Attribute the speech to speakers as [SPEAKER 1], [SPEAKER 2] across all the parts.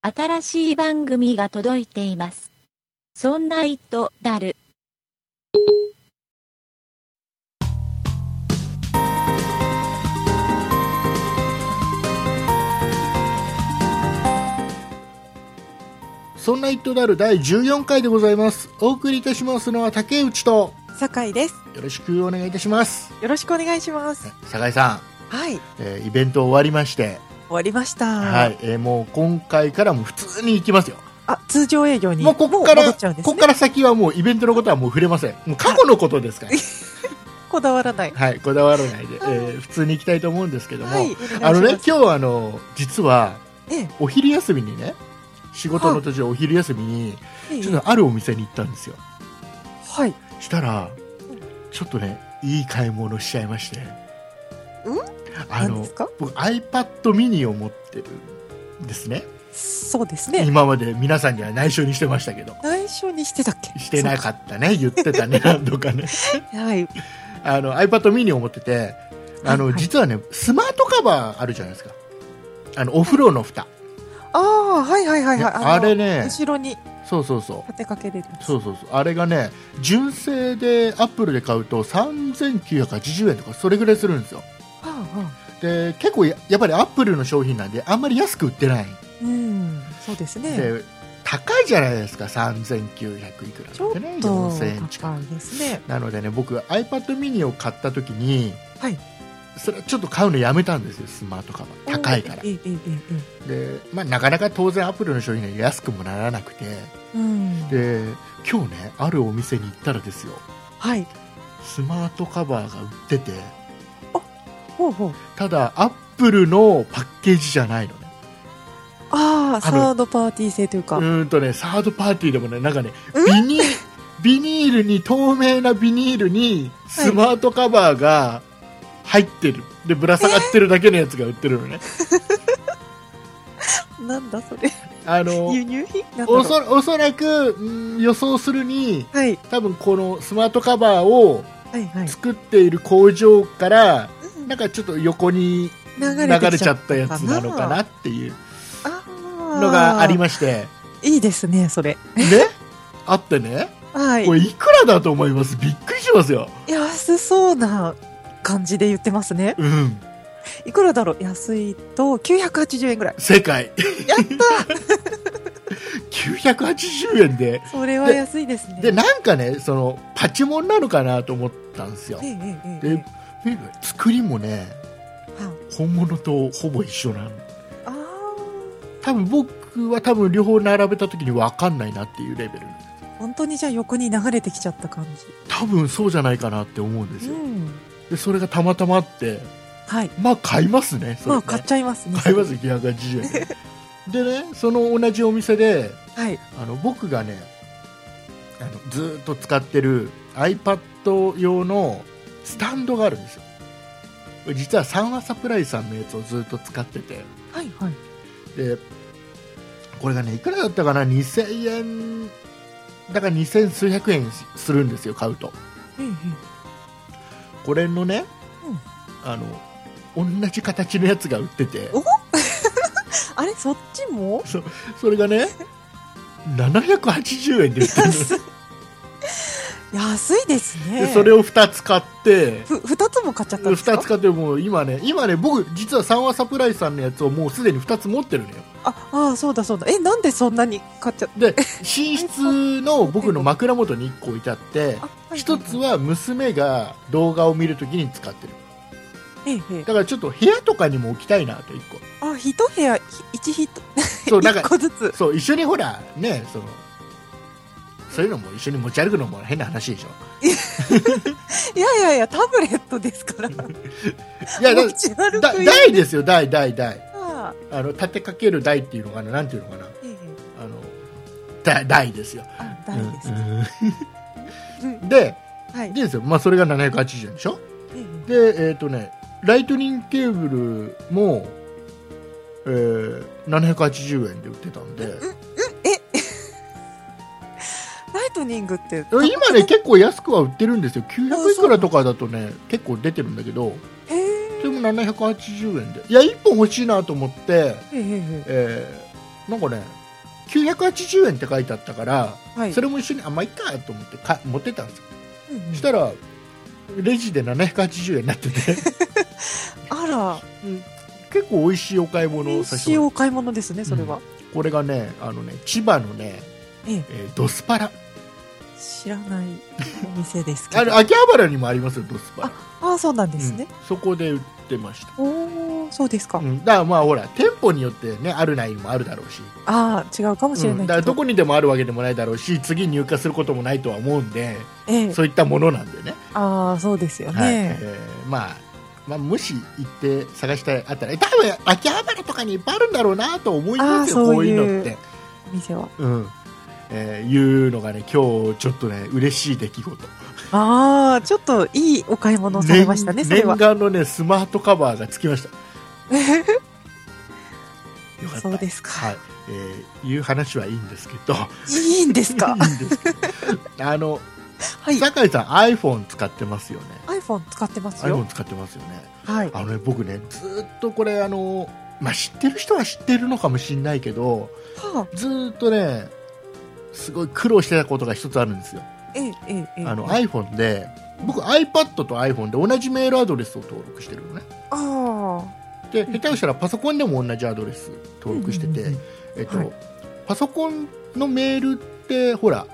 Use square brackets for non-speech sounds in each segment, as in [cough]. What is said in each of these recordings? [SPEAKER 1] 新しい番組が届いています。そんな糸だる。
[SPEAKER 2] そんな「イットダル」第14回でございますお送りいたしますのは竹内と
[SPEAKER 3] 酒井です。
[SPEAKER 2] よろしくお願いいたします
[SPEAKER 3] よろしくお願いします。
[SPEAKER 2] 酒井さん、
[SPEAKER 3] はい、終
[SPEAKER 2] えーイベント終わりまして、
[SPEAKER 3] わりました。
[SPEAKER 2] はいえーもう今回からもう普通に行きますよ
[SPEAKER 3] あ、通常営業に
[SPEAKER 2] もうここから、
[SPEAKER 3] 戻っちゃうん
[SPEAKER 2] こ
[SPEAKER 3] です
[SPEAKER 2] こ
[SPEAKER 3] ね。
[SPEAKER 2] から先はもうイベントのことはもう触れませんもう過去のことですから、
[SPEAKER 3] こだわらない。
[SPEAKER 2] はい、こだわらないで、えー普通に行きたいと思うんですけども、
[SPEAKER 3] はい、お願いします
[SPEAKER 2] あのね今日はあの実は
[SPEAKER 3] ええ
[SPEAKER 2] お昼休みにね仕事の途中お昼休みに
[SPEAKER 3] ええ
[SPEAKER 2] ちょっとあるお店に行ったんですよ
[SPEAKER 3] はい、
[SPEAKER 2] したら
[SPEAKER 3] うん
[SPEAKER 2] ちょっとねいい買い物しちゃいましてあ
[SPEAKER 3] 何で
[SPEAKER 2] の
[SPEAKER 3] すか。
[SPEAKER 2] 僕 iPad ミニを持ってるんですね
[SPEAKER 3] そうですね。
[SPEAKER 2] 今まで皆さんには内緒にしてましたけど
[SPEAKER 3] 内緒にしてたっけ。
[SPEAKER 2] してなかったね言って
[SPEAKER 3] [laughs]
[SPEAKER 2] たね何度かね
[SPEAKER 3] そう。はい、
[SPEAKER 2] あの iPad ミニを持っててあの、
[SPEAKER 3] はいはい
[SPEAKER 2] 実はねスマートカバーあるじゃないですかあのお風呂の蓋、
[SPEAKER 3] ああ、はいはいはい
[SPEAKER 2] ね
[SPEAKER 3] はい。の
[SPEAKER 2] あれね
[SPEAKER 3] 後ろに
[SPEAKER 2] そうそうそう
[SPEAKER 3] 立てかけれるやつ。
[SPEAKER 2] そうそうそうあれがね純正でアップルで買うと3980円とかそれぐらいするんですよ
[SPEAKER 3] ああ、ああ
[SPEAKER 2] で結構ややっぱりアップルの商品なんであんまり安く売ってない
[SPEAKER 3] うん、そうですね。
[SPEAKER 2] で高いじゃないですか3900いくら
[SPEAKER 3] ちょっ
[SPEAKER 2] ってね
[SPEAKER 3] と
[SPEAKER 2] 4000円近
[SPEAKER 3] 高いですね。
[SPEAKER 2] くなのでね僕 iPad mini を買った時に、
[SPEAKER 3] はい
[SPEAKER 2] それちょっと買うのやめたんですよスマートカバー高いから
[SPEAKER 3] えええええ
[SPEAKER 2] で、まあ、なかなか当然アップルの商品は安くもならなくて
[SPEAKER 3] えうん。
[SPEAKER 2] で今日ねあるお店に行ったらですよ
[SPEAKER 3] はい。
[SPEAKER 2] スマートカバーが売ってて
[SPEAKER 3] ほうほう。
[SPEAKER 2] ただアップルのパッケージじゃないのね
[SPEAKER 3] ああ、
[SPEAKER 2] ある
[SPEAKER 3] サードパーティー製という
[SPEAKER 2] う
[SPEAKER 3] か。
[SPEAKER 2] ーんとねサードパーティーでもねなんかねビニビニールに透明なビニールにスマートカバーが入ってる、でぶら下がってるだけのやつが売ってるのね、
[SPEAKER 3] なんだそれ。
[SPEAKER 2] あの
[SPEAKER 3] 輸入品。なんだろ
[SPEAKER 2] お
[SPEAKER 3] う
[SPEAKER 2] そおそらくうん予想するに
[SPEAKER 3] はい。
[SPEAKER 2] 多分このスマートカバーを
[SPEAKER 3] はいはい。
[SPEAKER 2] 作っている工場から
[SPEAKER 3] うん
[SPEAKER 2] なんかちょっと横に
[SPEAKER 3] 流
[SPEAKER 2] 流
[SPEAKER 3] れて
[SPEAKER 2] れ
[SPEAKER 3] き
[SPEAKER 2] ちゃったやつなのかなっていうの
[SPEAKER 3] の
[SPEAKER 2] がありま
[SPEAKER 3] [laughs]
[SPEAKER 2] して
[SPEAKER 3] いいですね、それ。
[SPEAKER 2] ね、あってね、
[SPEAKER 3] はい
[SPEAKER 2] こ。れいくらだと思いますびっくりしますよ。
[SPEAKER 3] 安そうな感じで言ってますね。
[SPEAKER 2] うん、
[SPEAKER 3] いくらだろう安いと980円ぐらい。
[SPEAKER 2] 正解。
[SPEAKER 3] やった
[SPEAKER 2] 980円で。
[SPEAKER 3] それは安いですね。
[SPEAKER 2] で、なんかね、その、パチモンなのかなと思ったんですよ
[SPEAKER 3] え。ええええ
[SPEAKER 2] で
[SPEAKER 3] え、
[SPEAKER 2] 見れば作りもね、
[SPEAKER 3] は
[SPEAKER 2] 本物とほぼ一緒なの。
[SPEAKER 3] ああ
[SPEAKER 2] 多分僕は多分両方並べた時に分かんないなっていうレベル。
[SPEAKER 3] ー本当にじゃあ横に流れてきちゃった感
[SPEAKER 2] 多分そうじゃないかなって思うんです
[SPEAKER 3] じ。
[SPEAKER 2] よ。
[SPEAKER 3] ん。
[SPEAKER 2] で、それがたまたまあって、
[SPEAKER 3] はい。
[SPEAKER 2] まあ買いますね、それ
[SPEAKER 3] ま
[SPEAKER 2] ね
[SPEAKER 3] あ買っちゃいますね。
[SPEAKER 2] 買います、980円で。でね、その同じお店で、
[SPEAKER 3] はい。
[SPEAKER 2] あの僕がねあのずーっと使ってる iPad 用のスタンドがあるんですよ実はサンワサプライさんのやつをずーっと使ってて
[SPEAKER 3] はいはい。
[SPEAKER 2] でこれがねいくらだったかな2000円だから2000数百円しするんですよ買うと
[SPEAKER 3] えええ
[SPEAKER 2] これのね、
[SPEAKER 3] うん
[SPEAKER 2] あの同じ形のやつが売ってて
[SPEAKER 3] おえあれそっちも
[SPEAKER 2] それがね780円で売ってるの
[SPEAKER 3] 安い。安いですね。
[SPEAKER 2] でそれを2つ買って
[SPEAKER 3] ふ二つも買っちゃったんですか
[SPEAKER 2] 2つ買ってもう今ね今ね僕実は三和サプライズさんのやつをもうすでに2つ持ってるのよ
[SPEAKER 3] ああーそうだそうだえなんでそんなに買っちゃっ
[SPEAKER 2] で寝室の僕の枕元に1個置いてあって
[SPEAKER 3] たあいい
[SPEAKER 2] 1つは娘が動画を見るときに使ってる
[SPEAKER 3] ええええ
[SPEAKER 2] だからちょっと部屋とかにも置きたいなと1個
[SPEAKER 3] あ一部屋ひ一ひと
[SPEAKER 2] そうなん
[SPEAKER 3] 一
[SPEAKER 2] か
[SPEAKER 3] 個ずつ
[SPEAKER 2] そう一緒にほらねそのそういうのも一緒に持ち歩くのも変な話で
[SPEAKER 3] [laughs]
[SPEAKER 2] しょ
[SPEAKER 3] いやいやいやタブレットですから
[SPEAKER 2] いやだ
[SPEAKER 3] 持ち歩
[SPEAKER 2] だ
[SPEAKER 3] くよ
[SPEAKER 2] 台ですよ台台台
[SPEAKER 3] あ
[SPEAKER 2] あの立てかける台っていうのかななんていうのかな
[SPEAKER 3] ええええ
[SPEAKER 2] あのだ台ですよ
[SPEAKER 3] あ大です
[SPEAKER 2] う
[SPEAKER 3] ね
[SPEAKER 2] ん
[SPEAKER 3] うん
[SPEAKER 2] で
[SPEAKER 3] はい
[SPEAKER 2] でですよ、まあ、それが780円でしょ
[SPEAKER 3] ええ
[SPEAKER 2] でえっ、とねライトニングケーブルも、えー、780円で売ってたんで
[SPEAKER 3] ライトニングって
[SPEAKER 2] 今ね結構安くは売ってるんですよ900いくらとかだとね結構出てるんだけど
[SPEAKER 3] へえ
[SPEAKER 2] それも780円でいや1本欲しいなと思って、
[SPEAKER 3] ええええ
[SPEAKER 2] えーなんかね980円って書いてあったから、
[SPEAKER 3] はい
[SPEAKER 2] それも一緒にあまあいっかと思ってか持ってったんですよ、
[SPEAKER 3] うんうん
[SPEAKER 2] そしたらレジで780円になってて
[SPEAKER 3] あら
[SPEAKER 2] 結構美味しいお買い
[SPEAKER 3] 美
[SPEAKER 2] 物を
[SPEAKER 3] 味
[SPEAKER 2] させ
[SPEAKER 3] してい
[SPEAKER 2] もらっ
[SPEAKER 3] お買い物ですねそれは、
[SPEAKER 2] たこれがねあのね千葉のね、
[SPEAKER 3] ええ
[SPEAKER 2] えードスパラ
[SPEAKER 3] 知らないお店ですけ
[SPEAKER 2] あ
[SPEAKER 3] ど
[SPEAKER 2] の
[SPEAKER 3] あ
[SPEAKER 2] 秋葉原にもありますよドスパラ
[SPEAKER 3] あそうなんですね、
[SPEAKER 2] うんそこで売ってました
[SPEAKER 3] おおそうですか、
[SPEAKER 2] うん、だからまあほら店舗によってねあるないもあるだろうし、
[SPEAKER 3] ああ違うかもしれ
[SPEAKER 2] う
[SPEAKER 3] なんい
[SPEAKER 2] だから
[SPEAKER 3] けど、
[SPEAKER 2] どこにでもあるわけでもないだろうし次入荷することもないとは思うんで
[SPEAKER 3] ええ
[SPEAKER 2] そういったものなんでね、
[SPEAKER 3] ああそうですよね、
[SPEAKER 2] はいえーまあ、まあもし行って探したいあったら多分秋葉原とかにいっぱいあるんだろうなと思いますよ
[SPEAKER 3] あー
[SPEAKER 2] こ
[SPEAKER 3] そうう
[SPEAKER 2] い
[SPEAKER 3] いう
[SPEAKER 2] うのって、
[SPEAKER 3] お店は
[SPEAKER 2] うんえーいうのがね今日ちょっとね嬉しい出来事
[SPEAKER 3] ああちょっといいお買い物をされましたね
[SPEAKER 2] 念
[SPEAKER 3] それは
[SPEAKER 2] 念願のねスマートカバーがつきま
[SPEAKER 3] [laughs]
[SPEAKER 2] したよかった
[SPEAKER 3] そうですか
[SPEAKER 2] はいえーいう話はいいんですけど
[SPEAKER 3] いいんで
[SPEAKER 2] [laughs]
[SPEAKER 3] すか
[SPEAKER 2] いいんです
[SPEAKER 3] [laughs]
[SPEAKER 2] けどあの、
[SPEAKER 3] はい
[SPEAKER 2] 酒井さん iPhone 使ってますよね
[SPEAKER 3] iPhone 使ってますよ
[SPEAKER 2] iPhone 使ってますよね
[SPEAKER 3] はい
[SPEAKER 2] あのね僕ねずーっとこれあのまあ知ってる人は知ってるのかもしれないけど
[SPEAKER 3] は
[SPEAKER 2] ずーっとねすごい苦労してたことが一つあるんですよ
[SPEAKER 3] あええええええ
[SPEAKER 2] あの iPhone で僕 iPad と iPhone で同じメールアドレスを登録してるのね
[SPEAKER 3] あー
[SPEAKER 2] で下手をしたらパソコンでも同じアドレス登録してて、
[SPEAKER 3] うんうんうんうん
[SPEAKER 2] えっと
[SPEAKER 3] はい
[SPEAKER 2] パソコンのメールってほら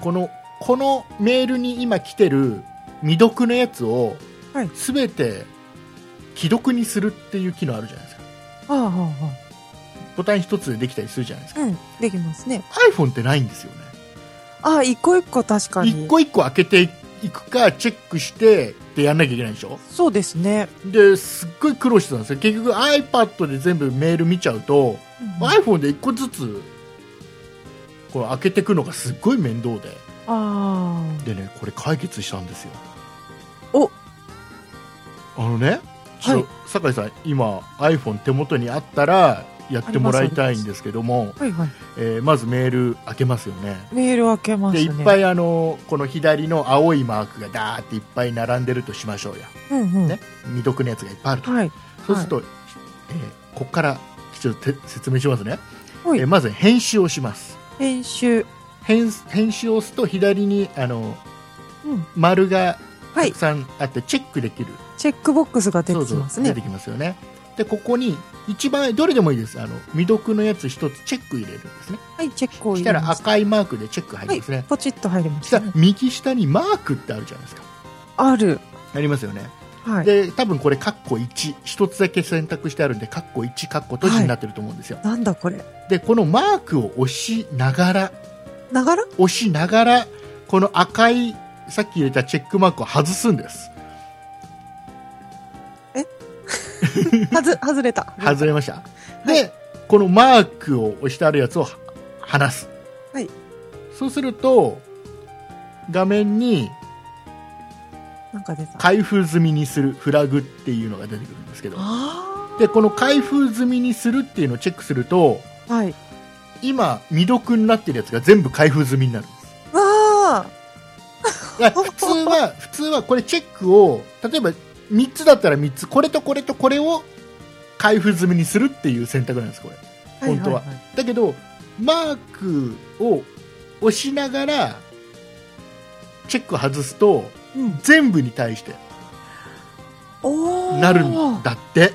[SPEAKER 2] このこのメールに今来てる未読のやつを
[SPEAKER 3] はい
[SPEAKER 2] 全て既読にするっていう機能あるじゃないですか
[SPEAKER 3] ああああ
[SPEAKER 2] ボタン一つでできたりするじゃないですか
[SPEAKER 3] うんできますね
[SPEAKER 2] iPhone ってないんですよね
[SPEAKER 3] ああ一個一個確かに
[SPEAKER 2] 一個一個開けていくかチェックしてってやんなきゃいけないでしょ
[SPEAKER 3] そうですね、
[SPEAKER 2] ですっごい苦労してたんですよ結局 iPad で全部メール見ちゃうと
[SPEAKER 3] うんあ
[SPEAKER 2] iPhone で1個ずつこれ開けてくのがすっごい面倒で
[SPEAKER 3] あ
[SPEAKER 2] でねこれ解決したんですよ
[SPEAKER 3] お
[SPEAKER 2] あのねちょっと酒井さん今 iPhone 手元にあったらやってもらいたいんですけどもま
[SPEAKER 3] はいはい
[SPEAKER 2] えーまずメール開けますよね
[SPEAKER 3] メール開けます
[SPEAKER 2] で
[SPEAKER 3] ね
[SPEAKER 2] いっぱいあのこの左の青いマークがダーっていっぱい並んでるとしましょうや、
[SPEAKER 3] うんうん、
[SPEAKER 2] ね、未読のやつがいっぱいあると、
[SPEAKER 3] はい
[SPEAKER 2] そうすると、えーここからちょっとて説明しますね、
[SPEAKER 3] はい
[SPEAKER 2] えーまず編集をします
[SPEAKER 3] 編集
[SPEAKER 2] 編編集を押すと左にあの
[SPEAKER 3] うん
[SPEAKER 2] 丸が
[SPEAKER 3] は
[SPEAKER 2] た
[SPEAKER 3] い
[SPEAKER 2] くさんあってチェックできる、
[SPEAKER 3] チェックボックスが出
[SPEAKER 2] そ
[SPEAKER 3] て
[SPEAKER 2] う
[SPEAKER 3] き
[SPEAKER 2] そう
[SPEAKER 3] ます
[SPEAKER 2] 出
[SPEAKER 3] ね
[SPEAKER 2] てきますよねでここに一番どれでもいいですあの未読のやつ一つチェック入れるんですね
[SPEAKER 3] はいチェックを
[SPEAKER 2] そし
[SPEAKER 3] 入
[SPEAKER 2] た
[SPEAKER 3] れ
[SPEAKER 2] ら
[SPEAKER 3] ます
[SPEAKER 2] 赤いマークでチェック入りますね、
[SPEAKER 3] ポチッと入りま
[SPEAKER 2] そし
[SPEAKER 3] したた
[SPEAKER 2] ら
[SPEAKER 3] ね
[SPEAKER 2] 右下にマークってあるじゃないですか
[SPEAKER 3] ある
[SPEAKER 2] ありますよね、
[SPEAKER 3] はい
[SPEAKER 2] で多分これカッコ1一つだけ選択してあるんでカッコ1カッコ閉じになってると思うんですよ、
[SPEAKER 3] なんだこれ
[SPEAKER 2] でこのマークを押しながら [laughs]
[SPEAKER 3] ながら
[SPEAKER 2] 押しながらこの赤いさっき入れたチェックマークを外すんです
[SPEAKER 3] はず外れた
[SPEAKER 2] 外れました、でこのマークを押してあるやつを離す、
[SPEAKER 3] はい
[SPEAKER 2] そうすると画面に
[SPEAKER 3] なんか出た
[SPEAKER 2] 開封済みにするフラグっていうのが出てくるんですけど
[SPEAKER 3] あ
[SPEAKER 2] でこの開封済みにするっていうのをチェックすると
[SPEAKER 3] あはい
[SPEAKER 2] 今未読になってるやつが全部開封済みになるんです
[SPEAKER 3] あ
[SPEAKER 2] いや [laughs] 普通は普通はこれチェックを例えば3つだったら3つこれとこれとこれを開封済みにするっていう選択なんですこれ
[SPEAKER 3] あ
[SPEAKER 2] 本当はだけどマークを押しながらチェック外すと
[SPEAKER 3] うん
[SPEAKER 2] 全部に対して
[SPEAKER 3] おお
[SPEAKER 2] なるんだって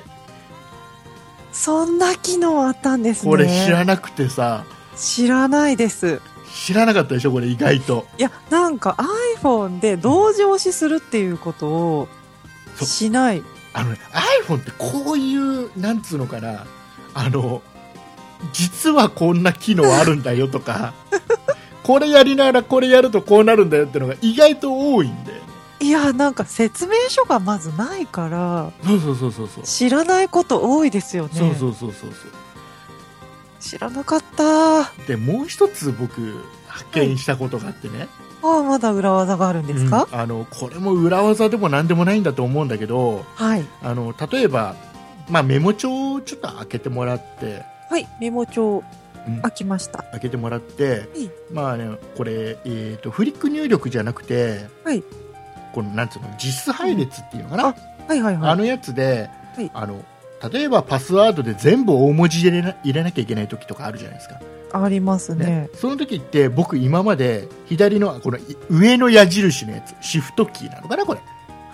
[SPEAKER 3] そんな機能あったんですね
[SPEAKER 2] これ知らなくてさ
[SPEAKER 3] 知らないです
[SPEAKER 2] 知らなかったでしょこれ意外と
[SPEAKER 3] いやなんか iPhone で同時押しするっていうことを
[SPEAKER 2] そう
[SPEAKER 3] しない
[SPEAKER 2] あのね iPhone ってこういうなんつうのかなあの実はこんな機能あるんだよとか [laughs] これやりながらこれやるとこうなるんだよってのが意外と多いんで
[SPEAKER 3] いやなんか説明書がまずないから
[SPEAKER 2] そうそうそうそうそう
[SPEAKER 3] 知らないこと多いですよね
[SPEAKER 2] そうそうそうそうそう
[SPEAKER 3] 知らなかったあ
[SPEAKER 2] でもう一つ僕発見したことがあってね、
[SPEAKER 3] あまだ裏技があるんですか、
[SPEAKER 2] うんあのこれも裏技でも何でもないんだと思うんだけど
[SPEAKER 3] はい
[SPEAKER 2] あの例えば、まあ、メモ帳をちょっと開けてもらって、
[SPEAKER 3] はいメモ帳
[SPEAKER 2] うん
[SPEAKER 3] 開きました
[SPEAKER 2] 開けてもらって、
[SPEAKER 3] い
[SPEAKER 2] まあね、これ、えー、とフリック入力じゃなくて、
[SPEAKER 3] はい
[SPEAKER 2] このなんつうの実配列っていうのかな、
[SPEAKER 3] はいはいはい
[SPEAKER 2] あのやつで、
[SPEAKER 3] はい
[SPEAKER 2] あの例えばパスワードで全部大文字入れな入れなきゃいけない時とかあるじゃないですか、
[SPEAKER 3] あります
[SPEAKER 2] ね
[SPEAKER 3] ね。
[SPEAKER 2] その時って僕今まで左のこのい上の矢印のやつシフトキーなのかなこれ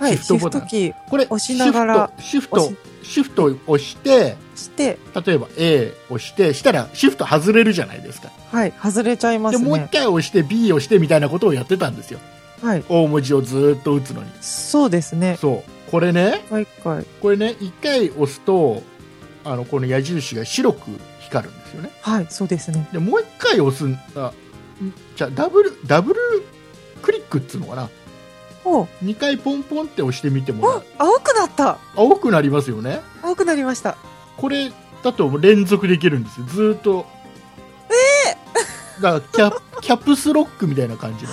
[SPEAKER 3] はい、
[SPEAKER 2] シ
[SPEAKER 3] シ
[SPEAKER 2] フトボ
[SPEAKER 3] フ
[SPEAKER 2] タ
[SPEAKER 3] ト
[SPEAKER 2] ン
[SPEAKER 3] キー
[SPEAKER 2] これ
[SPEAKER 3] 押しながら
[SPEAKER 2] シフトシフトシフトを押して
[SPEAKER 3] して、
[SPEAKER 2] 例えば A 押してしたらシフト外れるじゃないですか
[SPEAKER 3] はい、外れちゃいま
[SPEAKER 2] ですもう一
[SPEAKER 3] ね。
[SPEAKER 2] 回押して B 押してみたいなことをやってたんですよ
[SPEAKER 3] はい、
[SPEAKER 2] 大文字をずーっと打つのに
[SPEAKER 3] そうですね。
[SPEAKER 2] そうこれね
[SPEAKER 3] 一回一回。
[SPEAKER 2] これね一回押すとあのこの矢印が白く光るんですよね
[SPEAKER 3] はい、そうですね。
[SPEAKER 2] でもう一回押すんあんじゃあダブルダブルクリックっつうのかな
[SPEAKER 3] お
[SPEAKER 2] 2回ポンポンって押してみても
[SPEAKER 3] あ、青くなった
[SPEAKER 2] 青くなりますよね
[SPEAKER 3] 青くなりました。
[SPEAKER 2] これだと連続できるんですよずーっとええだからキャキャプスロックみたいな感じの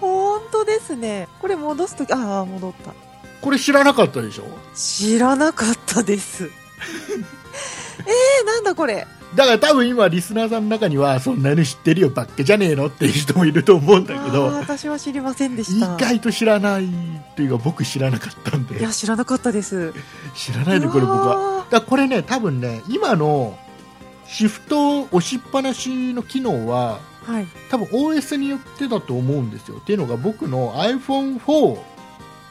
[SPEAKER 3] 本当ですね。これ戻すとき、ああ、戻った。
[SPEAKER 2] これ知らなかったでしょ
[SPEAKER 3] 知らなかったです。 [laughs] えー、なんだこれ。
[SPEAKER 2] だから多分今リスナーさんの中にはそんなに知ってるよばっけじゃねえのっていう人もいると思うんだけ
[SPEAKER 3] あー
[SPEAKER 2] ど
[SPEAKER 3] 私は知りませんでし
[SPEAKER 2] 意
[SPEAKER 3] た。
[SPEAKER 2] 外と知らないっていうか僕知らなかったん
[SPEAKER 3] い
[SPEAKER 2] で
[SPEAKER 3] や、知らなかったです。
[SPEAKER 2] 知らないでこれ僕はだ
[SPEAKER 3] は。
[SPEAKER 2] からこれね多分ね今のシフト押しっぱなしの機能は
[SPEAKER 3] はい。
[SPEAKER 2] 多分 OS によってだと思うんですよっていうのが僕の iPhone4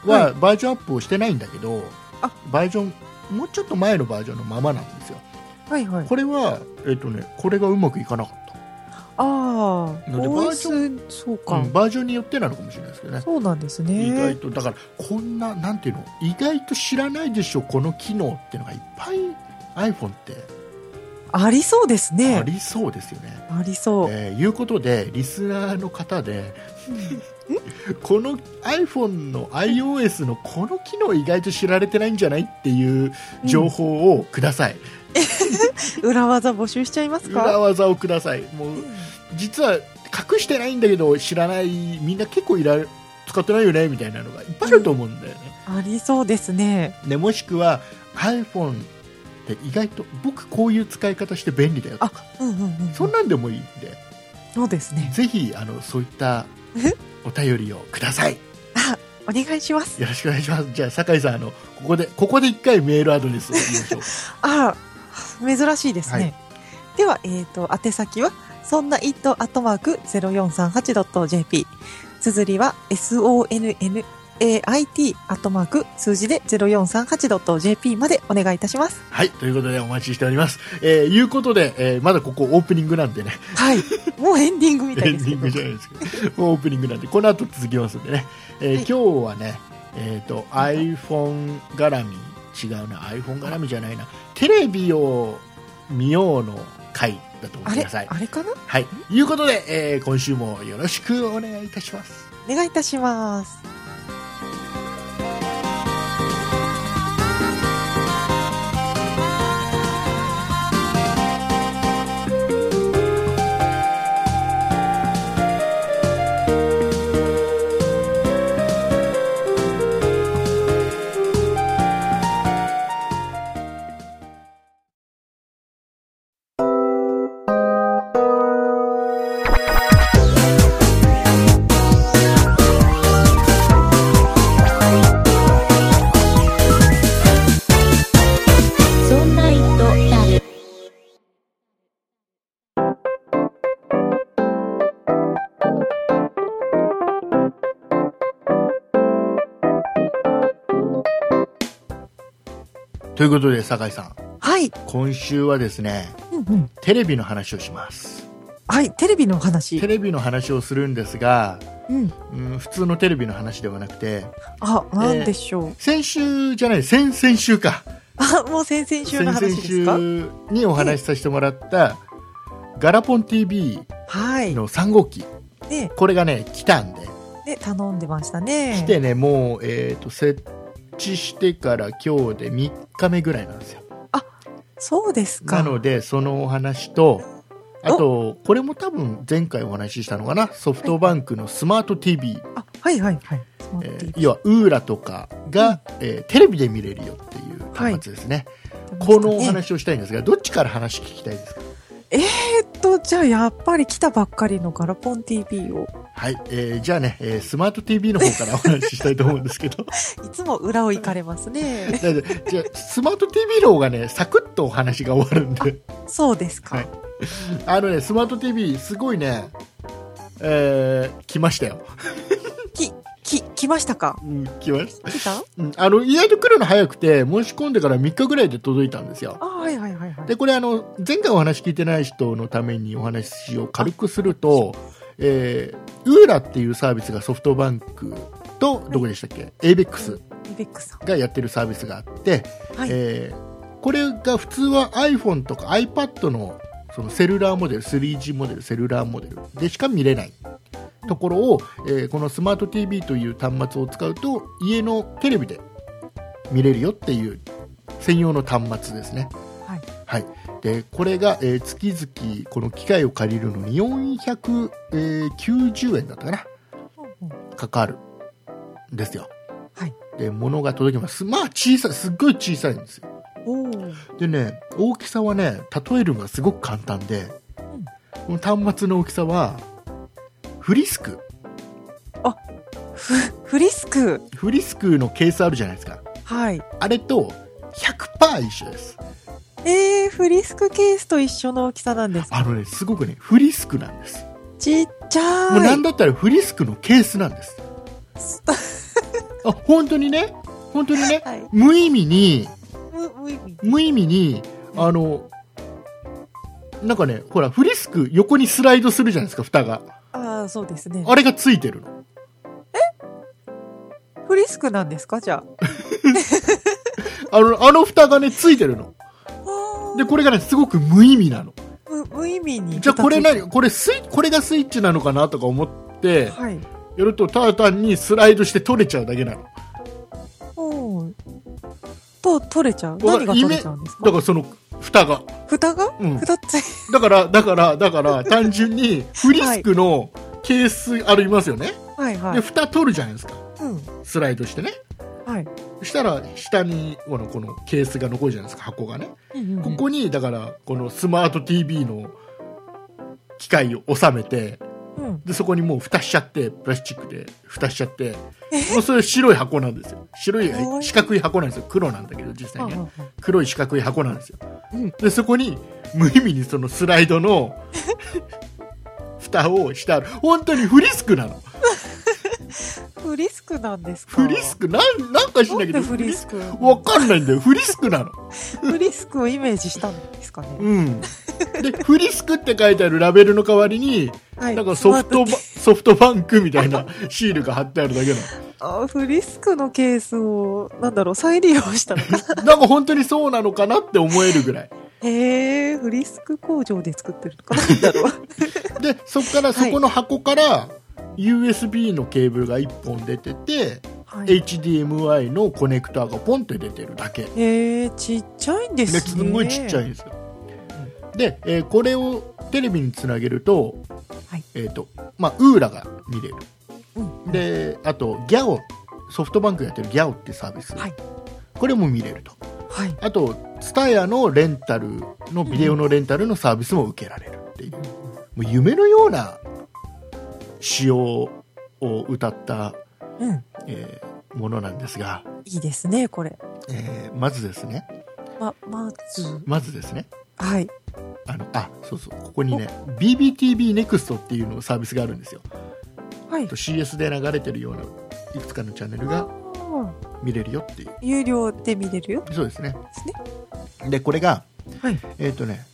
[SPEAKER 2] はバージョンアップをしてないんだけど、
[SPEAKER 3] あ
[SPEAKER 2] バージョンもうちょっと前のバージョンのままなんですよ
[SPEAKER 3] はいはい。
[SPEAKER 2] これはえっ、とねこれがうまくいかなかっ
[SPEAKER 3] ああ、
[SPEAKER 2] なんでバージ
[SPEAKER 3] OS、そう
[SPEAKER 2] た、
[SPEAKER 3] か、
[SPEAKER 2] うんバージョンによってなのかもしれないですけどね
[SPEAKER 3] そうなんです
[SPEAKER 2] 意外
[SPEAKER 3] ね。
[SPEAKER 2] とだからこんななんていうの意外と知らないでしょこの機能っていうのがいっぱい iPhone って
[SPEAKER 3] ありそうですね。
[SPEAKER 2] あ
[SPEAKER 3] あり
[SPEAKER 2] りそうですよね、
[SPEAKER 3] そう。
[SPEAKER 2] えーいうことでリスナーの方でこの iPhone の iOS のこの機能意外と知られてないんじゃないっていう情報をください、
[SPEAKER 3] 裏技募集しちゃいます
[SPEAKER 2] 裏
[SPEAKER 3] か
[SPEAKER 2] 技をくださいもう実は隠してないんだけど知らないみんな結構いら使ってないよねみたいなのがいっぱいあると思うんだよね、
[SPEAKER 3] ありそうですね。
[SPEAKER 2] ねもしくは iPhone って意外と僕こういう使い方して便利だよとか
[SPEAKER 3] うんうんうん。
[SPEAKER 2] そんなんでもいいんで
[SPEAKER 3] そうですね。
[SPEAKER 2] ぜひあのそういったお便りをください
[SPEAKER 3] お願いします。
[SPEAKER 2] よろしくお願いします。じゃあ、酒井さん、あの、ここで、ここで一回メールアドレスを言いましょう。
[SPEAKER 3] あら、珍しいですね。
[SPEAKER 2] はい
[SPEAKER 3] では、えっ、と、宛先は、そんな it アットマーク 0438.jp。綴りは、sonnait アットマーク数字で 0438.jp までお願いいたします。
[SPEAKER 2] はい、ということでお待ちしております。えー、いうことで、えーまだここオープニングなんでね、
[SPEAKER 3] はい。 [laughs] もうエンディングみた
[SPEAKER 2] エ
[SPEAKER 3] い
[SPEAKER 2] ン
[SPEAKER 3] で
[SPEAKER 2] ディ
[SPEAKER 3] すけ
[SPEAKER 2] ン
[SPEAKER 3] ど
[SPEAKER 2] グ。じゃないですけ [laughs] ど、オープニングなんで、この後続きますんでね、えー
[SPEAKER 3] はい
[SPEAKER 2] 今日はね、えっ、と、iPhone 絡み、違うな、iPhone 絡みじゃないな、テレビを見ようの回だと思っ
[SPEAKER 3] あ
[SPEAKER 2] てく
[SPEAKER 3] れ、
[SPEAKER 2] ださい。
[SPEAKER 3] あれかな
[SPEAKER 2] はい、いうことで、えー今週もよろしくお願いいたします。
[SPEAKER 3] お願いいたします。
[SPEAKER 1] そんな糸だる、
[SPEAKER 2] ということで、酒井さん、
[SPEAKER 3] はい。
[SPEAKER 2] 今週はですね、
[SPEAKER 3] うんうん。
[SPEAKER 2] テレビの話をします
[SPEAKER 3] はい。テレビのお話
[SPEAKER 2] テ。レビの話をするんですが、
[SPEAKER 3] うん。
[SPEAKER 2] うん、普通のテレビの話ではなくて
[SPEAKER 3] あ、なんでしょう。
[SPEAKER 2] 先週じゃない先々週か
[SPEAKER 3] [laughs] あ、もう先々週の話です
[SPEAKER 2] 々
[SPEAKER 3] か
[SPEAKER 2] 週にお話しさせてもらったガラポン TV
[SPEAKER 3] はい。
[SPEAKER 2] の3号機
[SPEAKER 3] ね、
[SPEAKER 2] これがね来たんで
[SPEAKER 3] ね、頼んでましたね。
[SPEAKER 2] 来てねもう、えー、と設置してから今日で3日目ぐらいなんですよ
[SPEAKER 3] そうです
[SPEAKER 2] な
[SPEAKER 3] か。
[SPEAKER 2] のでそのお話とあとこれも多分前回お話ししたのかなソフトバンクのスマート TV、
[SPEAKER 3] あ、はいはいはい。スマー
[SPEAKER 2] え
[SPEAKER 3] ト
[SPEAKER 2] ー
[SPEAKER 3] TV
[SPEAKER 2] 要はウーラとかが、えーテレビで見れるよっていう端末ですね、このお
[SPEAKER 3] ね
[SPEAKER 2] 話をしたいんですがどっちから話聞きたいですか
[SPEAKER 3] えっと、じゃあやっぱり来たばっかりのガラポン TV を。
[SPEAKER 2] はい、えーじゃあね、えースマート TV の方からお話ししたいと思うんですけど
[SPEAKER 3] いつも裏を行かれますね。
[SPEAKER 2] だってじゃあスマート TV の方がねサクッとお話が終わるんで
[SPEAKER 3] [laughs]
[SPEAKER 2] [laughs]
[SPEAKER 3] そうですか。
[SPEAKER 2] はいあのねスマート TV すごいねえー、来ましたよ、
[SPEAKER 3] き、き、来ましたか
[SPEAKER 2] うん、来ました、
[SPEAKER 3] 来たあ
[SPEAKER 2] うん、あの意外と来るの早くて申し込んでから3日ぐらいで届いたんですよ
[SPEAKER 3] ーはいはいはいはい。
[SPEAKER 2] でこれあの前回お話聞いてない人のためにお話を軽くすると、えー、ウーラっていうサービスがソフトバンクとどこでしたっけ ABEX
[SPEAKER 3] イベックさん。
[SPEAKER 2] がやってるサービスがあって、
[SPEAKER 3] はい。
[SPEAKER 2] えーこれが普通は iPhone とか iPad のそのセルラーモデル 3G モデルセルラーモデルでしか見れないところを、えーこのスマート TV という端末を使うと家のテレビで見れるよっていう専用の端末ですね
[SPEAKER 3] はい。
[SPEAKER 2] はい、でこれが、えー月々この機械を借りるのに490円だったかなかかるんですよ
[SPEAKER 3] はい
[SPEAKER 2] で物が届きますまあ小さいすっごい小さいんですよ
[SPEAKER 3] おー
[SPEAKER 2] でね大きさはね例えるのがすごく簡単で、この端末の大きさはフリスク
[SPEAKER 3] ふ、フリスク。
[SPEAKER 2] フリスクのケースあるじゃないですか
[SPEAKER 3] はい。
[SPEAKER 2] あれと100%一緒です
[SPEAKER 3] えー、フリスクケースと一緒の大きさなんです。
[SPEAKER 2] あのねすごくねフリスクなんです
[SPEAKER 3] ちっちゃい。
[SPEAKER 2] もうなんだったらフリスクのケースなん
[SPEAKER 3] [laughs]
[SPEAKER 2] です
[SPEAKER 3] す
[SPEAKER 2] あ本当にね本当にね
[SPEAKER 3] はい。
[SPEAKER 2] 無意味に
[SPEAKER 3] む、無意味。
[SPEAKER 2] 無意味にあのなんかねほらフリスク横にスライドするじゃないですか蓋が
[SPEAKER 3] ああ、そうですね。
[SPEAKER 2] あれがついてるの
[SPEAKER 3] フリスクなんですかじゃ
[SPEAKER 2] あのあの蓋がねついてるの
[SPEAKER 3] あ。あー
[SPEAKER 2] でこれがねすごく無意味なの
[SPEAKER 3] む無意味に。
[SPEAKER 2] じゃあこれ
[SPEAKER 3] な
[SPEAKER 2] 何これスイこれがスイッチなのかなとか思って
[SPEAKER 3] はい。
[SPEAKER 2] やるとただ単にスライドして取れちゃうだけなの
[SPEAKER 3] おーと、取れちゃう
[SPEAKER 2] わ
[SPEAKER 3] 何が取れちゃうんです
[SPEAKER 2] だ
[SPEAKER 3] か
[SPEAKER 2] からその蓋が
[SPEAKER 3] 蓋が
[SPEAKER 2] うん
[SPEAKER 3] 蓋つい、
[SPEAKER 2] だからだからだ
[SPEAKER 3] [laughs]
[SPEAKER 2] から単純にフリスクのケースありますよね、
[SPEAKER 3] はいは
[SPEAKER 2] で
[SPEAKER 3] い。
[SPEAKER 2] 蓋取るじゃないですか
[SPEAKER 3] うん。
[SPEAKER 2] スライドしてね
[SPEAKER 3] はい。
[SPEAKER 2] そしたら下にこのこのケースが残るじゃないですか箱がね、ここにだからこのスマート TV の機械を収めて
[SPEAKER 3] うん。
[SPEAKER 2] でそこにもう蓋しちゃってプラスチックで蓋しちゃってもうそれ白い箱なんですよ白い
[SPEAKER 3] かわいい
[SPEAKER 2] 四角い箱なんですよ黒なんだけど実際
[SPEAKER 3] は
[SPEAKER 2] に
[SPEAKER 3] い
[SPEAKER 2] は
[SPEAKER 3] は
[SPEAKER 2] 黒い四角い箱なんですよ
[SPEAKER 3] うん
[SPEAKER 2] でそこに無意味にそのスライドの [laughs] 蓋をしてある本当にフリスクなの
[SPEAKER 3] いフリスクなんですか
[SPEAKER 2] フリスクなんなんかしな
[SPEAKER 3] ない
[SPEAKER 2] け
[SPEAKER 3] んで
[SPEAKER 2] ど
[SPEAKER 3] フリスク
[SPEAKER 2] わかんないんだよフリスクなの
[SPEAKER 3] フリスクをイメージしたんですかね。
[SPEAKER 2] うん、でフリスクって書いてあるラベルの代わりに
[SPEAKER 3] はい
[SPEAKER 2] なんかソフトバソフトバンクみたいなシールが貼ってあるだけな
[SPEAKER 3] あーフリスクのケースを、なんだろう、再利用したのか。
[SPEAKER 2] の [laughs] なんか本当にそうなのかなって思えるぐらい
[SPEAKER 3] へえ、フリスク工場で作ってるの
[SPEAKER 2] [laughs]
[SPEAKER 3] かなんだろう。
[SPEAKER 2] でそこからそこの箱から USB のケーブルが1本出てて、
[SPEAKER 3] はい。
[SPEAKER 2] HDMI のコネクターがポンって出てるだけ
[SPEAKER 3] へえ、ちっちゃいんですね。
[SPEAKER 2] ねすんごいちっちゃいん。ですよで、えーこれをテレビにつなげると,、
[SPEAKER 3] はい
[SPEAKER 2] えーとまあ、ウーラが見れる
[SPEAKER 3] うん。
[SPEAKER 2] であとギャオソフトバンクがやってるギャオってサービス、
[SPEAKER 3] はい
[SPEAKER 2] これも見れると
[SPEAKER 3] はい。
[SPEAKER 2] あと TSUTAYA のレンタルのビデオのレンタルのサービスも受けられるっていう,、もう夢のような仕様を歌った、
[SPEAKER 3] うん。
[SPEAKER 2] えーものなんですが、
[SPEAKER 3] いいですね、これ。
[SPEAKER 2] えーまずですね
[SPEAKER 3] ま、まず、
[SPEAKER 2] まずですね
[SPEAKER 3] はい。
[SPEAKER 2] あのあそうそうここにね BBTV NEXT っていうのサービスがあるんですよ
[SPEAKER 3] はい
[SPEAKER 2] と。CS で流れてるようないくつかのチャンネルが
[SPEAKER 3] あ
[SPEAKER 2] 見れるよっていう
[SPEAKER 3] ー有料で見れるよ。
[SPEAKER 2] そうですね
[SPEAKER 3] ですね。
[SPEAKER 2] でこれが
[SPEAKER 3] はい。
[SPEAKER 2] えっ、とね、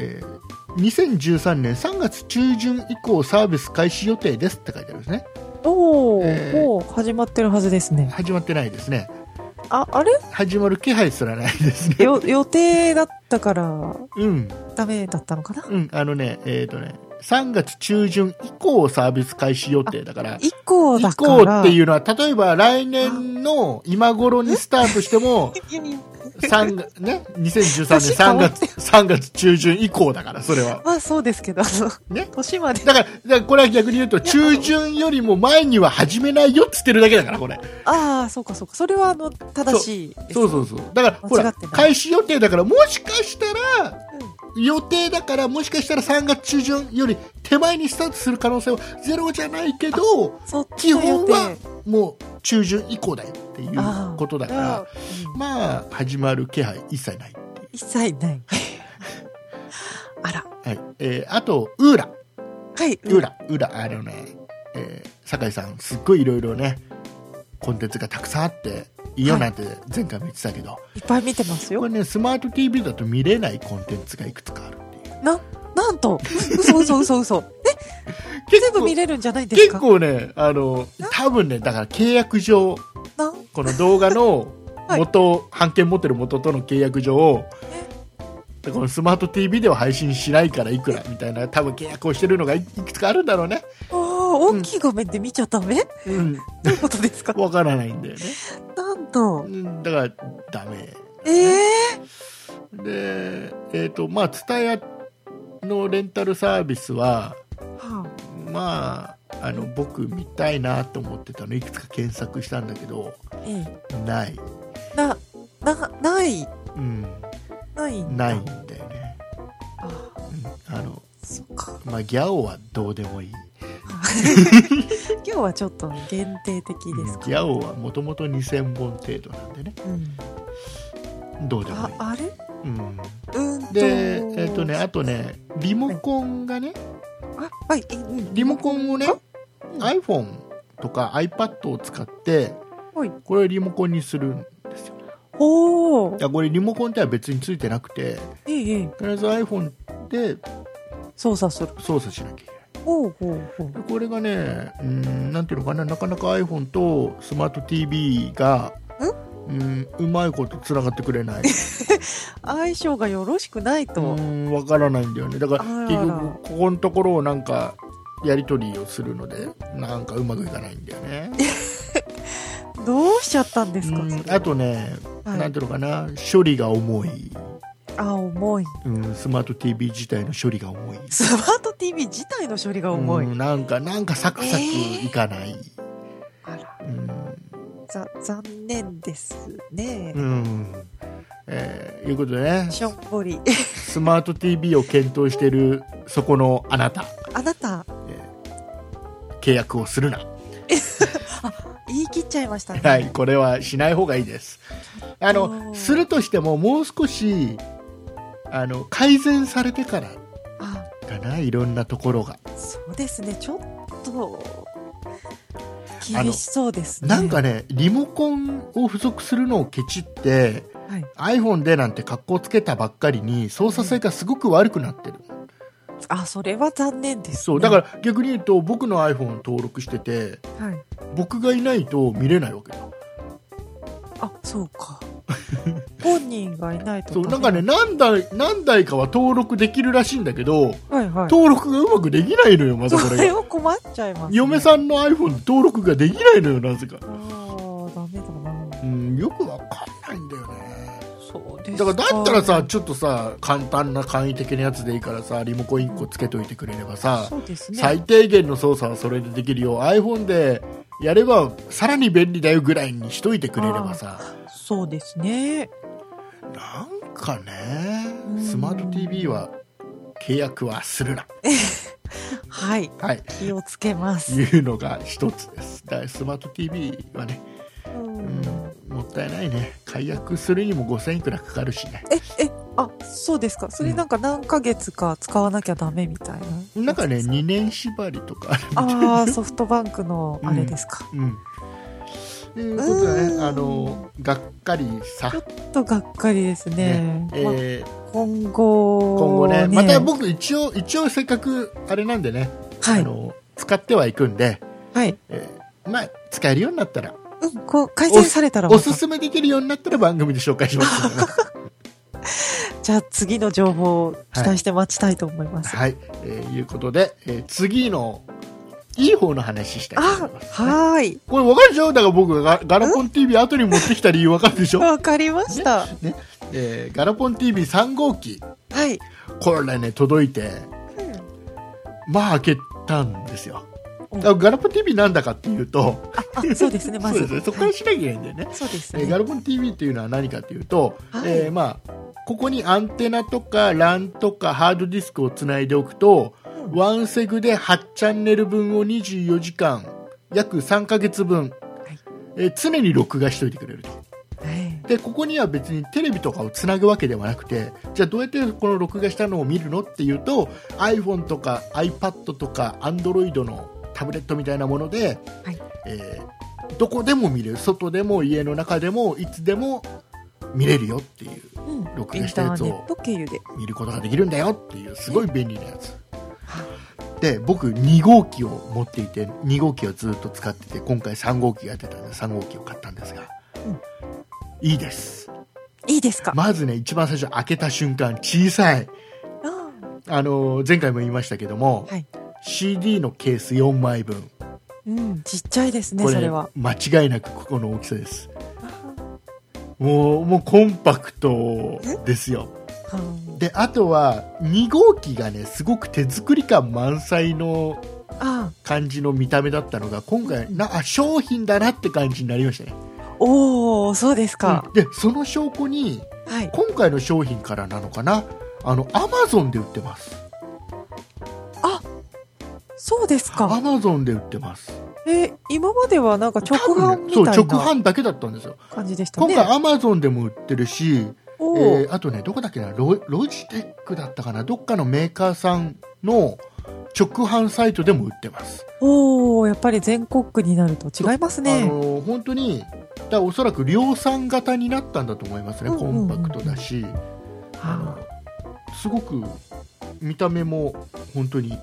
[SPEAKER 2] えー2013年3月中旬以降サービス開始予定ですって書いてあるんですね
[SPEAKER 3] おお、
[SPEAKER 2] えー
[SPEAKER 3] もう始まってるはずですね。
[SPEAKER 2] 始まってないですね
[SPEAKER 3] あ、
[SPEAKER 2] [laughs]
[SPEAKER 3] あれ
[SPEAKER 2] 始まる気配すらないですね
[SPEAKER 3] よ、予定だったから、
[SPEAKER 2] うん
[SPEAKER 3] ダメだったのかな
[SPEAKER 2] うんあのねえっ、とね3月中旬以降サービス開始予定だから
[SPEAKER 3] 以降だ
[SPEAKER 2] 以
[SPEAKER 3] から。
[SPEAKER 2] 降っていうのは例えば来年の今頃にスタートしても3月ね2013年3月3月中旬以降だからそれは
[SPEAKER 3] まあそうですけど、あの、
[SPEAKER 2] ね
[SPEAKER 3] 年まで。
[SPEAKER 2] だから、だからこれは逆に言うと、中旬よりも前には始めないよっつってるだけだから、これ。
[SPEAKER 3] ああ、そうかそうか。それはあの、正しいです。
[SPEAKER 2] そうそうそう。だから、ほ
[SPEAKER 3] 間違
[SPEAKER 2] ら
[SPEAKER 3] ってない、
[SPEAKER 2] 開始予定だから、もしかしたら、予定だから、もしかしたら3月中旬より手前にスタートする可能性はゼロじゃないけど
[SPEAKER 3] そっ
[SPEAKER 2] 基
[SPEAKER 3] ちの
[SPEAKER 2] 本
[SPEAKER 3] 予定
[SPEAKER 2] はもう中旬以降だよっていうことだから
[SPEAKER 3] あーうん
[SPEAKER 2] まあ始まる気配一切ない、
[SPEAKER 3] 一切ない。 [laughs] あら。
[SPEAKER 2] はいえーあとウーラ
[SPEAKER 3] はい。
[SPEAKER 2] ウーラウーラあのね、えー酒井さんすっごいいろいろねコンテンツがたくさんあっていいよなんて前回も言ってたけど、
[SPEAKER 3] いっぱい見てます
[SPEAKER 2] こ
[SPEAKER 3] よ
[SPEAKER 2] れ。ねスマート TV だと見れないコンテンツがいくつかあるっていう
[SPEAKER 3] な、なんと、 [laughs] 嘘嘘嘘嘘。 [laughs]
[SPEAKER 2] 結
[SPEAKER 3] 全部
[SPEAKER 2] 構
[SPEAKER 3] 見れるんじゃないです
[SPEAKER 2] 結
[SPEAKER 3] か
[SPEAKER 2] 構ねあの多分ねだから契約上
[SPEAKER 3] な
[SPEAKER 2] この動画の
[SPEAKER 3] [laughs] はい
[SPEAKER 2] 元、版権持ってる元との契約上をでこのスマート TV では配信しないからいくらみたいな多分契約をしてるのがいいくつかあるんだろうね、
[SPEAKER 3] あー大きい画面で見ちゃダメ、 [laughs]
[SPEAKER 2] うん、
[SPEAKER 3] どういう [laughs] ことですか
[SPEAKER 2] わからないんだよね
[SPEAKER 3] なんと
[SPEAKER 2] う。んだからダメ
[SPEAKER 3] ええ
[SPEAKER 2] でえっ、とまあ蔦屋のレンタルサービスは
[SPEAKER 3] ー。は
[SPEAKER 2] まああの僕見たいなと思ってたのいくつか検索したんだけど
[SPEAKER 3] あ、え
[SPEAKER 2] ない、
[SPEAKER 3] えな、な、ない、
[SPEAKER 2] うん、
[SPEAKER 3] ないんだ
[SPEAKER 2] ないんだよね、
[SPEAKER 3] あー
[SPEAKER 2] うん、あの
[SPEAKER 3] そっか。 [laughs]
[SPEAKER 2] まあギャオはどうでもいい
[SPEAKER 3] 今日はちょっと限定的です
[SPEAKER 2] うんギ
[SPEAKER 3] か。
[SPEAKER 2] ャオはもともと2000本程度なんでね
[SPEAKER 3] うん、
[SPEAKER 2] どうでも
[SPEAKER 3] あ
[SPEAKER 2] いい、、
[SPEAKER 3] あれ
[SPEAKER 2] うん、
[SPEAKER 3] うんと。
[SPEAKER 2] でえっ、とねあとねリモコンがね
[SPEAKER 3] あ、はい。えうん
[SPEAKER 2] リモコンをね
[SPEAKER 3] ん
[SPEAKER 2] iPhone とか iPad を使って
[SPEAKER 3] はい
[SPEAKER 2] これをリモコンにするんですよ
[SPEAKER 3] おお
[SPEAKER 2] い。やこれリモコンっては別についてなくて
[SPEAKER 3] ええええ
[SPEAKER 2] とりあえず iPhone で
[SPEAKER 3] 操作する。
[SPEAKER 2] 操作しなきゃいけない
[SPEAKER 3] ほうほうほう。
[SPEAKER 2] でこれがねうーんなんていうのかななかなか iPhone とスマート TV がうんうまいことつながってくれないう
[SPEAKER 3] [laughs] 相性がよろしくないと。
[SPEAKER 2] ーんわからないんだよねだから
[SPEAKER 3] あら
[SPEAKER 2] 結局ここのところをなんかやり取りをするのでなんかうまくいかないんだよ
[SPEAKER 3] [laughs]
[SPEAKER 2] ね
[SPEAKER 3] どうしちゃったんですか、
[SPEAKER 2] うん
[SPEAKER 3] それ
[SPEAKER 2] あとね、
[SPEAKER 3] はい
[SPEAKER 2] なんていうのかな処理が重い、
[SPEAKER 3] あ、重い。 [laughs]
[SPEAKER 2] うん、スマート TV 自体の処理が重い
[SPEAKER 3] スマート TV 自体の処理が重い。
[SPEAKER 2] うんなんかなんかサクサクいかない、
[SPEAKER 3] あら、
[SPEAKER 2] うん
[SPEAKER 3] ざ、残念ですね。
[SPEAKER 2] うんえーいうことでね
[SPEAKER 3] しょんぼり。 [laughs]
[SPEAKER 2] スマート TV を検討しているそこのあなた
[SPEAKER 3] あなた、
[SPEAKER 2] 契約をするな、 [laughs]
[SPEAKER 3] 言い切っちゃいましたね。
[SPEAKER 2] はい、これはしない方がいいですあ
[SPEAKER 3] お
[SPEAKER 2] の
[SPEAKER 3] ー
[SPEAKER 2] するとしてももう少しあの改善されてから
[SPEAKER 3] あ、
[SPEAKER 2] かないろんなところが
[SPEAKER 3] そうですね。ちょっと、厳しそうですね。
[SPEAKER 2] なんかねリモコンを付属するのをケチって
[SPEAKER 3] はい。
[SPEAKER 2] iPhone でなんて格好つけたばっかりに操作性がすごく悪くなってる、
[SPEAKER 3] あ、それは残念です、ね。
[SPEAKER 2] そうだから逆に言うと僕の iPhone を登録してて
[SPEAKER 3] ら。はい。
[SPEAKER 2] 僕がいないと見れないわけだ
[SPEAKER 3] あ、そう
[SPEAKER 2] [laughs]
[SPEAKER 3] か。本人がいないと
[SPEAKER 2] そうなんかね。何台何台かは登録できるらしいんだけど
[SPEAKER 3] はいはい。
[SPEAKER 2] 登録がうまくできないのよまずこ
[SPEAKER 3] そ
[SPEAKER 2] れ
[SPEAKER 3] れ
[SPEAKER 2] が
[SPEAKER 3] を困っちゃいます、ね。
[SPEAKER 2] 嫁
[SPEAKER 3] ん。
[SPEAKER 2] さんの iPhone 登録ができないのよなぜか
[SPEAKER 3] ああ、ダメだな。
[SPEAKER 2] うんよくわかんないんだよね
[SPEAKER 3] そうです
[SPEAKER 2] だからだったらさちょっとさ簡単な簡易的なやつでいいからさリモコン1個つけといてくれればさ、
[SPEAKER 3] そうですね。
[SPEAKER 2] 最低限の操作はそれでできるよ iPhone でやればさらに便利だよぐらいにしといてくれればさ
[SPEAKER 3] そうですね。
[SPEAKER 2] なんかね
[SPEAKER 3] うん
[SPEAKER 2] スマート TV は契約はするな
[SPEAKER 3] はい。
[SPEAKER 2] はい
[SPEAKER 3] 気をつけます。
[SPEAKER 2] いうのが一つですだからスマート TV はね、うん、もったいないね解約するにも5000いくらかかるしね
[SPEAKER 3] え、え、あ、そうですか。それなんか何ヶ月か使わなきゃダメみたいな。
[SPEAKER 2] なんかね2年縛りとかあるみたい
[SPEAKER 3] ああ、ソフトバンクのあれですか。
[SPEAKER 2] うんということで
[SPEAKER 3] う
[SPEAKER 2] ね
[SPEAKER 3] ん
[SPEAKER 2] あのがっかりさ
[SPEAKER 3] ちょっとがっかりですね。
[SPEAKER 2] え
[SPEAKER 3] まあ
[SPEAKER 2] ー
[SPEAKER 3] 今後、
[SPEAKER 2] 今後ねまた、僕一応一応せっかくあれなんでね、
[SPEAKER 3] は
[SPEAKER 2] あ
[SPEAKER 3] い。
[SPEAKER 2] の使ってはいくんで、
[SPEAKER 3] はい。
[SPEAKER 2] えーまあ使えるようになったら
[SPEAKER 3] うん、こう、改善されたらま
[SPEAKER 2] お
[SPEAKER 3] た
[SPEAKER 2] すすめできるようになったら番組で紹介しますのでね [laughs]
[SPEAKER 3] じゃあ次の情報を期待して待ちたいと思います。
[SPEAKER 2] はい、えーいうことで、えー次のいい方の話したいと思
[SPEAKER 3] あ
[SPEAKER 2] います、ね
[SPEAKER 3] はーい。
[SPEAKER 2] これ分かるでしょだから僕がガガラポン TV 後に持ってきた理由分かる [laughs] でしょ、
[SPEAKER 3] わかりました。
[SPEAKER 2] ねえーガラポン TV3 号機
[SPEAKER 3] はい。
[SPEAKER 2] これね届いて
[SPEAKER 3] うん
[SPEAKER 2] まあ開けたんですよ
[SPEAKER 3] お
[SPEAKER 2] だからガラポン TV なんだかっていうと
[SPEAKER 3] あ、そうですね、ま
[SPEAKER 2] そうで
[SPEAKER 3] ず
[SPEAKER 2] す。ねそこからしなきゃいけないんだよね、
[SPEAKER 3] そうです
[SPEAKER 2] えー
[SPEAKER 3] ね。
[SPEAKER 2] ガルボン TV というのは何かというと、
[SPEAKER 3] はい
[SPEAKER 2] えーまあ、ここにアンテナとか LAN とかハードディスクをつないでおくと、
[SPEAKER 3] うん
[SPEAKER 2] ワンセグで8チャンネル分を24時間約3ヶ月分、えー常に録画しておいてくれると
[SPEAKER 3] はい
[SPEAKER 2] でここには別にテレビとかをつなぐわけではなくてじゃあどうやってこの録画したのを見るのっていうと iPhone とか iPad とか Android のタブレットみたいなもので、
[SPEAKER 3] はい
[SPEAKER 2] えーどこでも見れる外でも家の中でもいつでも見れるよっていう
[SPEAKER 3] うん、
[SPEAKER 2] 録
[SPEAKER 3] イ
[SPEAKER 2] 画
[SPEAKER 3] ン
[SPEAKER 2] した
[SPEAKER 3] タ
[SPEAKER 2] や
[SPEAKER 3] ー
[SPEAKER 2] つを
[SPEAKER 3] ネット経由で。
[SPEAKER 2] 見ることができるんだよっていうすごい便利なやつで僕2号機を持っていて2号機をずっと使ってて今回3号機が出たんで3号機を買ったんですが、いいです
[SPEAKER 3] いいですか、
[SPEAKER 2] まずね一番最初開けた瞬間小さい
[SPEAKER 3] あ
[SPEAKER 2] あのー前回も言いましたけども、
[SPEAKER 3] はい
[SPEAKER 2] CD のケース4枚分
[SPEAKER 3] ーうん、ちっちゃいですね、
[SPEAKER 2] こ
[SPEAKER 3] そ
[SPEAKER 2] れ
[SPEAKER 3] れは。
[SPEAKER 2] 間違いなくここの大きさですもうもうコンパクトですよ
[SPEAKER 3] うん
[SPEAKER 2] であとは2号機がねすごく手作り感満載の
[SPEAKER 3] あ
[SPEAKER 2] 感じの見た目だったのが今回なあ商品だなって感じになりましたね、
[SPEAKER 3] ーおお、そうですか
[SPEAKER 2] う、んでその証拠に
[SPEAKER 3] はい。
[SPEAKER 2] 今回の商品からなのかなあのアマゾンで売ってます
[SPEAKER 3] そうです
[SPEAKER 2] ア
[SPEAKER 3] か。
[SPEAKER 2] マゾンで売ってます
[SPEAKER 3] えー今まではなんか直
[SPEAKER 2] 多
[SPEAKER 3] 販
[SPEAKER 2] 分ね
[SPEAKER 3] み
[SPEAKER 2] そう
[SPEAKER 3] た
[SPEAKER 2] 直
[SPEAKER 3] いな
[SPEAKER 2] 販だけだったんですよ
[SPEAKER 3] 感じでした
[SPEAKER 2] 今
[SPEAKER 3] ね。
[SPEAKER 2] 回アマゾンでも売ってるし、
[SPEAKER 3] お
[SPEAKER 2] え
[SPEAKER 3] お、
[SPEAKER 2] ーあとねどこだっけなロロジテックだったかなどっかのメーカーさんの直販サイトでも売ってます
[SPEAKER 3] おお、やっぱり全国区になると違います
[SPEAKER 2] あ
[SPEAKER 3] ね。
[SPEAKER 2] の本当にだからおそらく量産型になったんだと思いますね、
[SPEAKER 3] うんうんうん
[SPEAKER 2] コンパクトだしあ
[SPEAKER 3] は
[SPEAKER 2] のすごく見た目も本当に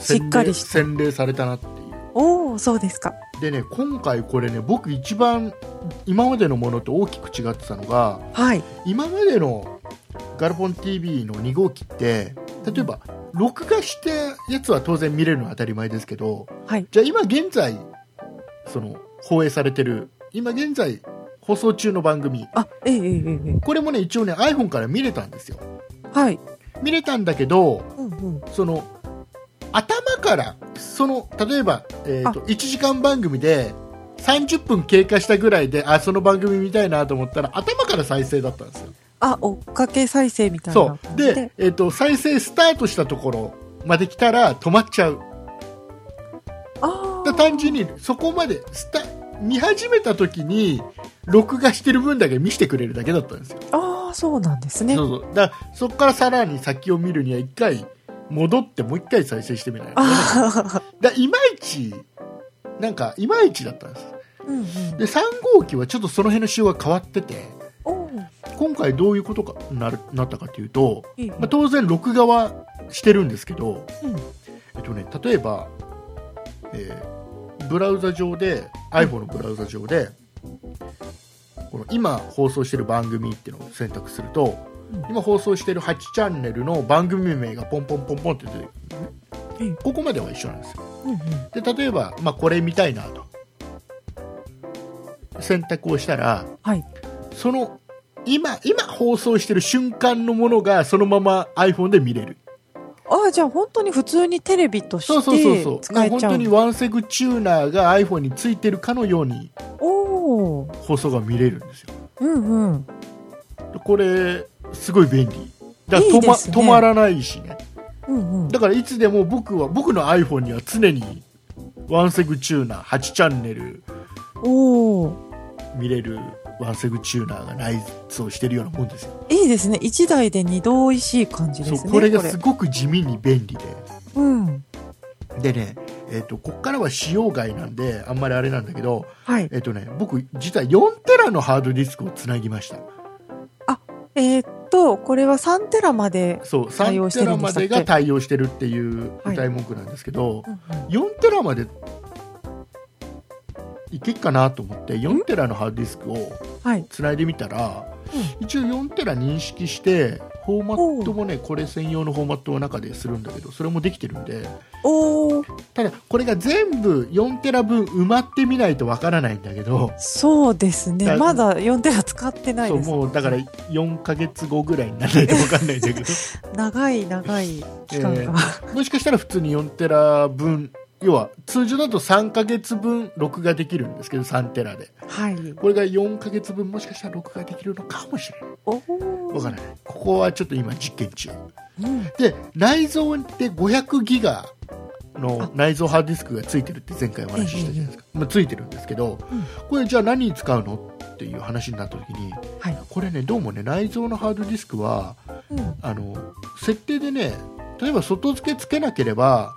[SPEAKER 3] しっかりして
[SPEAKER 2] 洗礼されたなってい
[SPEAKER 3] あおお、そうですか。
[SPEAKER 2] うでね今回これね僕一番今までのものと大きく違ってたのが
[SPEAKER 3] はい。
[SPEAKER 2] 今までのガルポン TV の2号機って例えば録画してやつは当然見れるのは当たり前ですけど、
[SPEAKER 3] はい
[SPEAKER 2] じゃあ今現在その放映されてる今現在放送中の番組
[SPEAKER 3] あ、えええええええ
[SPEAKER 2] これもね一応ね iPhone から見れたんですよ
[SPEAKER 3] えはい。
[SPEAKER 2] 見れたんだけど
[SPEAKER 3] うんうん。
[SPEAKER 2] その頭からその例えば、えーと1時間番組で30分経過したぐらいであその番組見たいなと思ったら頭から再生だったんですよ
[SPEAKER 3] あ、追っかけ再生みたい
[SPEAKER 2] そ
[SPEAKER 3] な
[SPEAKER 2] う
[SPEAKER 3] 感じで。
[SPEAKER 2] で、えっと再生スタートしたところまで来たら止まっちゃう
[SPEAKER 3] あ
[SPEAKER 2] だ
[SPEAKER 3] あ。
[SPEAKER 2] 単純にそこまでスタ見始めた時に録画してる分だけ見せてくれるだけだったんですよ
[SPEAKER 3] ああ、そうなんですね
[SPEAKER 2] そ。うそうだからそこからさらに先を見るには一回戻ってもう一回再生してみないとね
[SPEAKER 3] ああ。
[SPEAKER 2] だからいまいちなんかいまいちだったんです
[SPEAKER 3] うんうん。
[SPEAKER 2] で3号機はちょっとその辺の仕様が変わってて
[SPEAKER 3] おお。
[SPEAKER 2] 今回どういうことかなるなったかというと、
[SPEAKER 3] いい
[SPEAKER 2] まあ、当然録画はしてるんですけど、
[SPEAKER 3] うん
[SPEAKER 2] えっとね、例えば、えーブラウザ上で iPhone のブラウザ上でこの今放送してる番組っていうのを選択すると、
[SPEAKER 3] うん
[SPEAKER 2] 今放送してる8チャンネルの番組名がポンポンポンポンって出てくる、
[SPEAKER 3] うん
[SPEAKER 2] ここまでは一緒なんですよ
[SPEAKER 3] うんうん。
[SPEAKER 2] で例えば、まあ、これ見たいなと選択をしたら
[SPEAKER 3] はい。
[SPEAKER 2] その今今放送してる瞬間のものがそのまま iPhone で見れる
[SPEAKER 3] ああ、じゃあ本当に普通にテレビとし
[SPEAKER 2] そうそうそうそう
[SPEAKER 3] て使え
[SPEAKER 2] 本
[SPEAKER 3] ちゃ
[SPEAKER 2] 当
[SPEAKER 3] う。
[SPEAKER 2] にワンセグチューナーが iPhone についてるかのように
[SPEAKER 3] おお。
[SPEAKER 2] 放送が見れるんですよ
[SPEAKER 3] うんうん。
[SPEAKER 2] でこれすごい便利だから
[SPEAKER 3] いい
[SPEAKER 2] 止ま
[SPEAKER 3] ですね
[SPEAKER 2] 止まらないしね
[SPEAKER 3] うんうん。
[SPEAKER 2] だからいつでも僕は僕の iPhone には常にワンセグチューナー8チャンネル
[SPEAKER 3] おお。
[SPEAKER 2] 見れるワンセグチューナーが内蔵してるようなもんですよ
[SPEAKER 3] いいですね。一台で二度おいしい感じです
[SPEAKER 2] そう
[SPEAKER 3] ね。
[SPEAKER 2] これがすごく地味に便利
[SPEAKER 3] うん。
[SPEAKER 2] ででね、えー、とここからは使用外なんであんまりあれなんだけど、
[SPEAKER 3] はい。
[SPEAKER 2] えーとね、僕実は4テラのハードディスクをつなぎました
[SPEAKER 3] えーっと、これは3テラまで。
[SPEAKER 2] そう
[SPEAKER 3] 対
[SPEAKER 2] 3
[SPEAKER 3] 応し
[SPEAKER 2] テ
[SPEAKER 3] てる
[SPEAKER 2] ラ
[SPEAKER 3] んで
[SPEAKER 2] ま
[SPEAKER 3] したっ
[SPEAKER 2] で
[SPEAKER 3] け
[SPEAKER 2] が対応してるっていう
[SPEAKER 3] はい
[SPEAKER 2] 歌い文句なんですけど、
[SPEAKER 3] うんうん
[SPEAKER 2] 4テラまでいけっかなと思って4テラのハードディスクを
[SPEAKER 3] はい。
[SPEAKER 2] つないでみたら、一応4テラ認識してフォーマットもねこれ専用のフォーマットの中でするんだけどそれもできてるんで
[SPEAKER 3] おお、
[SPEAKER 2] ただこれが全部4テラ分埋まってみないとわからないんだけど、
[SPEAKER 3] そうです
[SPEAKER 2] だ
[SPEAKER 3] ね。まだ4テラ使ってない
[SPEAKER 2] そう
[SPEAKER 3] です。
[SPEAKER 2] もうだから4ヶ月後ぐらいにならないとわかんないんだ
[SPEAKER 3] [laughs]
[SPEAKER 2] けど
[SPEAKER 3] 長い長い期間が。
[SPEAKER 2] えもしかしたら普通に4テラ分要は通常だと3ヶ月分録画できるんですけど3テラで
[SPEAKER 3] はい。
[SPEAKER 2] これが4ヶ月分もしかしたら録画できるのかもしれない
[SPEAKER 3] おお。
[SPEAKER 2] わからないここはちょっと今実験中
[SPEAKER 3] うん。
[SPEAKER 2] で内蔵って500ギガの内蔵ハードディスクがついてるって前回お話ししたじゃないですか、まあ、ついてるんですけど、
[SPEAKER 3] うん
[SPEAKER 2] これじゃあ何に使うのっていう話になった時に
[SPEAKER 3] はい。
[SPEAKER 2] これねどうもね内蔵のハードディスクは
[SPEAKER 3] うん。
[SPEAKER 2] あの設定でね例えば外付けつけなければ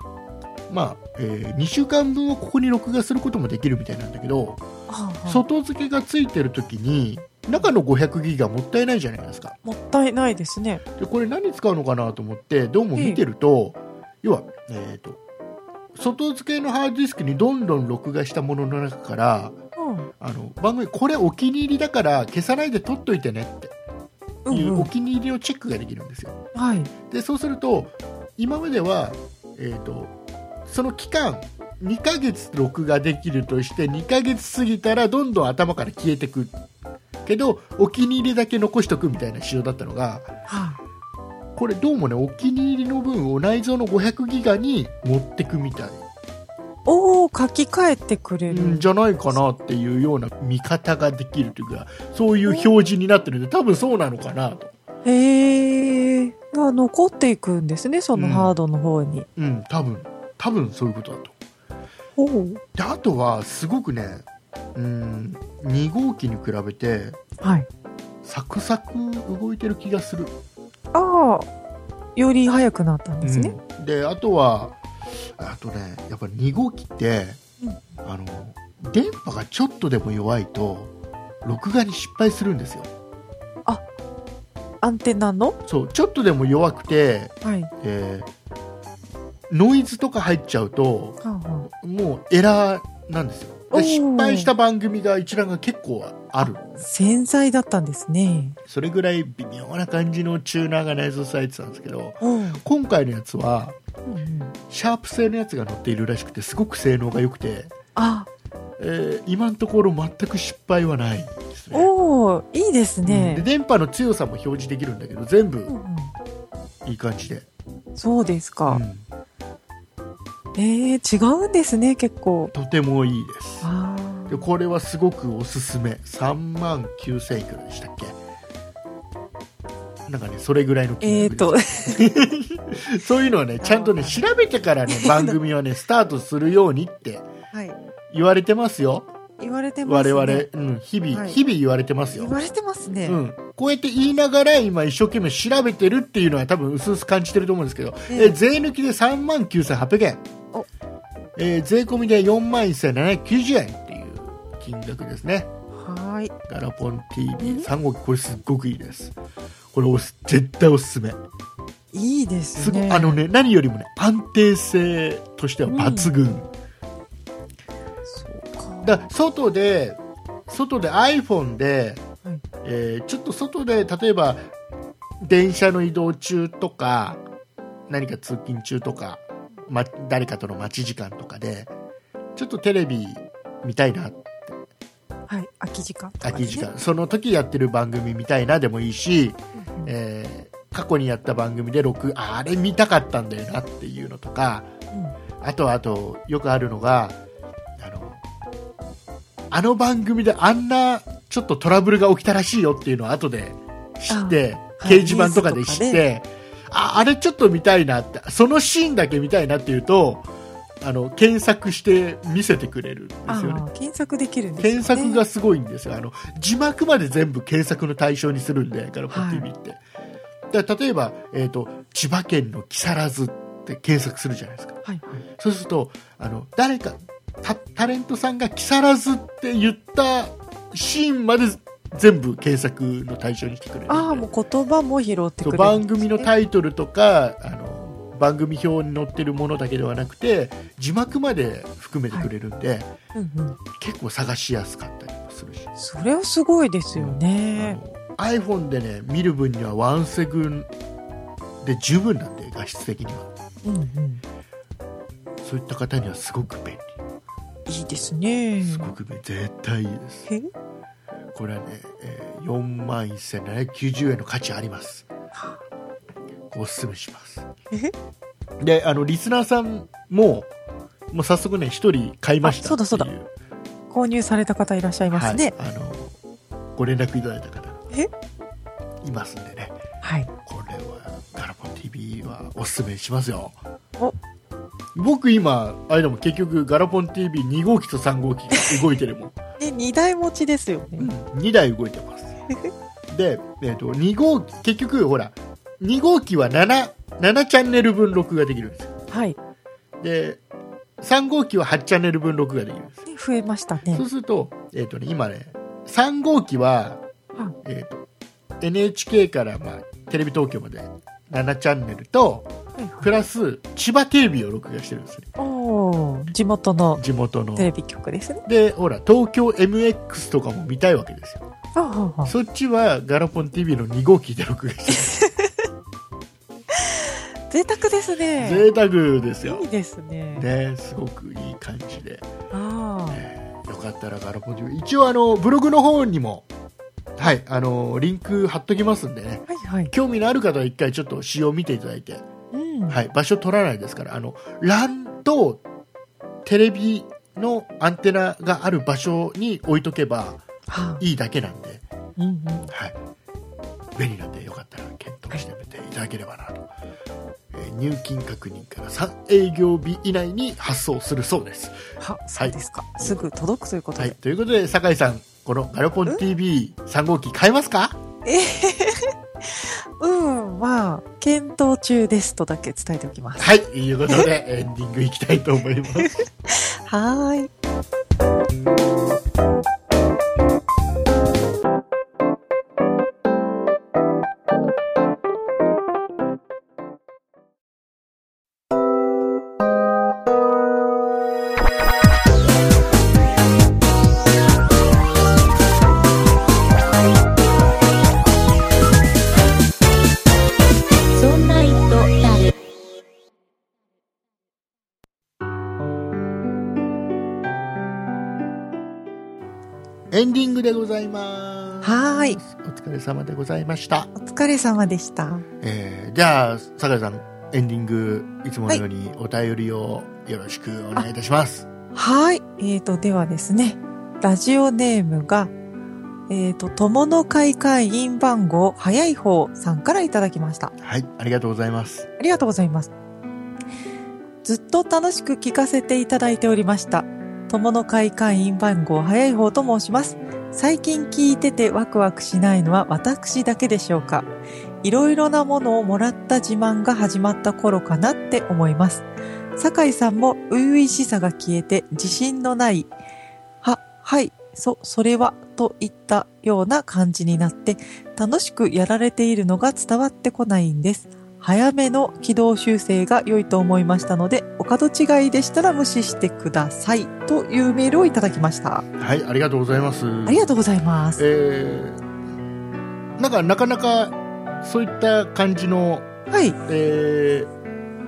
[SPEAKER 2] まあ、え2週間分をここに録画することもできるみたいなんだけど、
[SPEAKER 3] ああ
[SPEAKER 2] 外付けがついてる時に中の500ギガもったいないじゃないですか
[SPEAKER 3] もったいないですね。
[SPEAKER 2] でこれ何使うのかなと思ってどうも見てると、要は、えー、と外付けのハードディスクにどんどん録画したものの中から
[SPEAKER 3] うん。
[SPEAKER 2] あの番組これお気に入りだから消さないで撮っといてねっ
[SPEAKER 3] う
[SPEAKER 2] て
[SPEAKER 3] ん
[SPEAKER 2] い、うお
[SPEAKER 3] うん。
[SPEAKER 2] 気に入りをチェックができるんですよ
[SPEAKER 3] はい。
[SPEAKER 2] でそうすると今までは、えー、とその期間2ヶ月録画できるとして2ヶ月過ぎたらどんどん頭から消えてくけどお気に入りだけ残しとくみたいな仕様だったのが
[SPEAKER 3] は
[SPEAKER 2] これどうもねお気に入りの分を内蔵の500ギガに持ってくみたい、
[SPEAKER 3] い。おお、書き換えてくれ
[SPEAKER 2] うん
[SPEAKER 3] る。
[SPEAKER 2] じゃないかなっていうような見方ができるというかそういう表示になってるんで多分そうなのかなと、
[SPEAKER 3] へえ。が残っていくんですね、その
[SPEAKER 2] うん
[SPEAKER 3] ハードの方に。
[SPEAKER 2] うん、多分多分そういうことだと
[SPEAKER 3] おお。
[SPEAKER 2] であとはすごくねうん2号機に比べて
[SPEAKER 3] はい。
[SPEAKER 2] サクサク動いてる気がする
[SPEAKER 3] ああ、より早くなったんですね。
[SPEAKER 2] うんであとはあとねやっぱ2号機って、
[SPEAKER 3] うん
[SPEAKER 2] あの電波がちょっとでも弱いと録画に失敗するんですよ
[SPEAKER 3] アンテナの
[SPEAKER 2] そうちょっとでも弱くて、
[SPEAKER 3] はい。は
[SPEAKER 2] えーノイズとか入っちゃうと
[SPEAKER 3] あは
[SPEAKER 2] もうエラーなんですよ
[SPEAKER 3] おー
[SPEAKER 2] で失敗した番組が一覧が結構ある
[SPEAKER 3] あ繊細だったんですね。
[SPEAKER 2] それぐらい微妙な感じのチューナーが内蔵されてたんですけど
[SPEAKER 3] うん。うん
[SPEAKER 2] 今回のやつは
[SPEAKER 3] うん
[SPEAKER 2] シャープ製のやつが載っているらしくてすごく性能が良くて
[SPEAKER 3] あ、
[SPEAKER 2] えー今のところ全く失敗はないですね。
[SPEAKER 3] おお、いいです
[SPEAKER 2] うんで
[SPEAKER 3] ね。
[SPEAKER 2] 電波の強さも表示できるんだけど全
[SPEAKER 3] う
[SPEAKER 2] 部
[SPEAKER 3] ん
[SPEAKER 2] いい感じで、
[SPEAKER 3] うんそうです
[SPEAKER 2] う
[SPEAKER 3] か。
[SPEAKER 2] ん
[SPEAKER 3] ええ違うんですね、結構。
[SPEAKER 2] とてもいいです
[SPEAKER 3] あ
[SPEAKER 2] でこれはすごくおすすめ3万9000いくらでしたっけなんかねそれぐらいの
[SPEAKER 3] ーえ
[SPEAKER 2] 金
[SPEAKER 3] っ、
[SPEAKER 2] 額です、 [laughs]
[SPEAKER 3] と、
[SPEAKER 2] そういうのはねちゃんとね
[SPEAKER 3] あー
[SPEAKER 2] 調べてから
[SPEAKER 3] [laughs]
[SPEAKER 2] ね番組はねスタートするようにって
[SPEAKER 3] はい。
[SPEAKER 2] 言われてますよ
[SPEAKER 3] 言われてます
[SPEAKER 2] 我
[SPEAKER 3] ね。
[SPEAKER 2] 々、うん、日々、
[SPEAKER 3] はい
[SPEAKER 2] 日々言われてますよ
[SPEAKER 3] 言われてますね。
[SPEAKER 2] うん、こうやって言いながら今一生懸命調べてるっていうのは多分薄々感じてると思うんですけど、
[SPEAKER 3] ええ
[SPEAKER 2] えー税抜きで3万9800円
[SPEAKER 3] お、
[SPEAKER 2] えー税込みで4万1790円っていう金額ですね
[SPEAKER 3] はーい。
[SPEAKER 2] ガラポン TV3 号機これすっごくいいですこれおす絶対おすすめ
[SPEAKER 3] いいです
[SPEAKER 2] すご
[SPEAKER 3] ね。
[SPEAKER 2] あのね何よりもね安定性としては抜群、
[SPEAKER 3] そうか。
[SPEAKER 2] だから外で外で iPhone で、
[SPEAKER 3] はい
[SPEAKER 2] えーちょっと外で例えば電車の移動中とか何か通勤中とか、ま、誰かとの待ち時間とかでちょっとテレビ見たいな
[SPEAKER 3] はい。空き時間とかね、
[SPEAKER 2] 空き時間、その時やってる番組見たいなでもいいし、
[SPEAKER 3] うんうん。
[SPEAKER 2] えー過去にやった番組で録ああれ見たかったんだよなっていうのとかあとあとよくあるのがあのあの番組であんなちょっとトラブルが起きたらしいよっていうのを後で知って
[SPEAKER 3] あ
[SPEAKER 2] 掲示板とかで知って、
[SPEAKER 3] ニュースとか
[SPEAKER 2] ああれちょっと見たいなってそのシーンだけ見たいなっていうとあの検索して見せてくれるんで
[SPEAKER 3] あ
[SPEAKER 2] すよね
[SPEAKER 3] ー検索できるんですよ
[SPEAKER 2] 検
[SPEAKER 3] ね。
[SPEAKER 2] 索がすごいんですよ、あの字幕まで全部検索の対象にするんで、ガラポン TV って。だから例えば、えーと、千葉県の木更津って検索するじゃないですか、
[SPEAKER 3] はい
[SPEAKER 2] そうするとあの誰かタ、タレントさんが木更津って言ったシーンまで全部検索の対象にしてくれるんで
[SPEAKER 3] ああ、もう言葉も拾って
[SPEAKER 2] そ
[SPEAKER 3] く
[SPEAKER 2] う
[SPEAKER 3] れる。
[SPEAKER 2] 番組のタイトルとかあの番組表に載ってるものだけではなくて、字幕まで含めてくれるんで、
[SPEAKER 3] うんうん。
[SPEAKER 2] 結構探しやすかったりもするし。
[SPEAKER 3] それはすごいですよ
[SPEAKER 2] あ
[SPEAKER 3] ね。
[SPEAKER 2] の iPhone でね見る分にはワンセグで十分なんで画質的には
[SPEAKER 3] うんうん。
[SPEAKER 2] そういった方にはすごく便
[SPEAKER 3] いいですね
[SPEAKER 2] 利。すごく便利絶対いいです
[SPEAKER 3] へ
[SPEAKER 2] これはね、えー、4万1790円の価値ありますおすすめします
[SPEAKER 3] え
[SPEAKER 2] であのリスナーさんももう早速ね一人買いました
[SPEAKER 3] あそうだそうだ
[SPEAKER 2] っていう
[SPEAKER 3] 購入された方いらっしゃいますね。
[SPEAKER 2] はい、あのご連絡いただいた方が
[SPEAKER 3] え
[SPEAKER 2] いますんでね
[SPEAKER 3] はい。
[SPEAKER 2] これはガラポン TV ィはおすすめしますよ
[SPEAKER 3] お
[SPEAKER 2] 僕今あれでも結局ガラポン TV2 号機と3号機が動いてるもん
[SPEAKER 3] で、二台持ちですよね。
[SPEAKER 2] 2台動いて
[SPEAKER 3] [laughs]
[SPEAKER 2] ますで、えー、と2号機結局ほら2号機は 7, 7チャンネル分録画できるんですよ
[SPEAKER 3] はい。
[SPEAKER 2] で3号機は8チャンネル分録画できるんですよ
[SPEAKER 3] で増えましたね
[SPEAKER 2] そう。すると,、えーとね、今ね3号機は
[SPEAKER 3] うん、
[SPEAKER 2] えーと NHK から、まあ、テレビ東京まで7チャンネルとプラス千葉テレビを録画してるんですね
[SPEAKER 3] おー地元の
[SPEAKER 2] 地元の
[SPEAKER 3] テレビ局ですね。
[SPEAKER 2] でほら東京 MX とかも見たいわけですよ
[SPEAKER 3] あはは
[SPEAKER 2] そっちはガラポン TV の2号機で録画してる
[SPEAKER 3] 贅沢ですね。
[SPEAKER 2] 贅沢ですよ
[SPEAKER 3] いいですね。
[SPEAKER 2] ねすごくいい感じで、
[SPEAKER 3] ああ。
[SPEAKER 2] えーよかったらガラポン TV 一応あのブログの方にもはいあのリンク貼っときますんでね
[SPEAKER 3] はいはい。
[SPEAKER 2] 興味のある方は一回ちょっと仕様見ていただいて、
[SPEAKER 3] うん。
[SPEAKER 2] はい、場所取らないですからあの欄とテレビのアンテナがある場所に置いとけば
[SPEAKER 3] はい
[SPEAKER 2] いだけなんで、
[SPEAKER 3] あうんうん。
[SPEAKER 2] はい、便利なんでよかったら検討してみていただければなと、えー入金確認から3営業日以内に発送するそうです、
[SPEAKER 3] は、そうですか。すぐ届くということ
[SPEAKER 2] はい、
[SPEAKER 3] で。
[SPEAKER 2] ということで酒井さんこのガラポン TV3 号機買えますか
[SPEAKER 3] うん、まあ、検討中ですとだけ伝えておきます。
[SPEAKER 2] はいということでエンディングいきたいと思い [laughs] ます
[SPEAKER 3] はーい。
[SPEAKER 1] そんな糸だる。
[SPEAKER 2] エンディングでございます
[SPEAKER 3] はーい。
[SPEAKER 2] お疲れ様でございました、
[SPEAKER 3] お疲れ様でした。
[SPEAKER 2] えーじゃあ酒井さんエンディングいつものようにお便りをよろしくお願いいたします
[SPEAKER 3] はい。えーと、ではですね、ラジオネームが、えーと、友の会会員番号、早い方さんからいただきました。
[SPEAKER 2] はいありがとうございます
[SPEAKER 3] ありがとうございます。ずっと楽しく聞かせていただいておりました。友の会会員番号早い方と申します。最近聞いててワクワクしないのは私だけでしょうか。いろいろなものをもらった自慢が始まった頃かなって思います。酒井さんも初々しさが消えて自信のない、は、はい、そ、それは、といったような感じになって、楽しくやられているのが伝わってこないんです。早めの軌道修正が良いと思いましたので、お門違いでしたら無視してください。というメールをいただきました。
[SPEAKER 2] はいありがとうございます
[SPEAKER 3] ありがとうございます。
[SPEAKER 2] えーなんかなかなかそういった感じの、
[SPEAKER 3] はい。
[SPEAKER 2] えー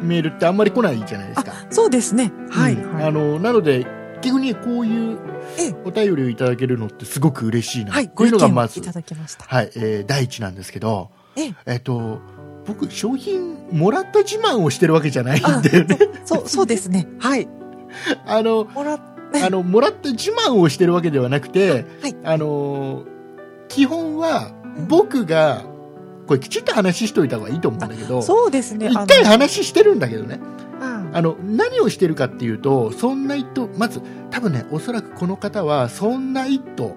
[SPEAKER 2] メールってあんまり来ないじゃないですか。
[SPEAKER 3] そうですね。はい。
[SPEAKER 2] うん
[SPEAKER 3] はい
[SPEAKER 2] あのなので逆にこういう
[SPEAKER 3] ええ
[SPEAKER 2] お便りをいただけるのってすごく嬉しいな
[SPEAKER 3] はい。
[SPEAKER 2] と
[SPEAKER 3] ご
[SPEAKER 2] いう
[SPEAKER 3] 意
[SPEAKER 2] のが
[SPEAKER 3] 見を
[SPEAKER 2] ま
[SPEAKER 3] い
[SPEAKER 2] ず、
[SPEAKER 3] ただきました。
[SPEAKER 2] はいえー第一なんですけど、
[SPEAKER 3] ええ
[SPEAKER 2] っと僕商品もらった自慢をしてるわけじゃないんだよね。
[SPEAKER 3] そう、そうですね。はい。
[SPEAKER 2] [laughs] あの
[SPEAKER 3] もらっ、
[SPEAKER 2] あのもらった自慢をしてるわけではなくて、
[SPEAKER 3] はい。
[SPEAKER 2] あのー基本は
[SPEAKER 3] うん
[SPEAKER 2] 僕が、これきちっと話しといた方がいいと思うんだけど、
[SPEAKER 3] そうですね。
[SPEAKER 2] 一回話してるんだけどね、
[SPEAKER 3] あ
[SPEAKER 2] あの、何をしてるかっていうと、そんな一頭、まず、多分ね、おそらくこの方は、そんな一頭、
[SPEAKER 3] の、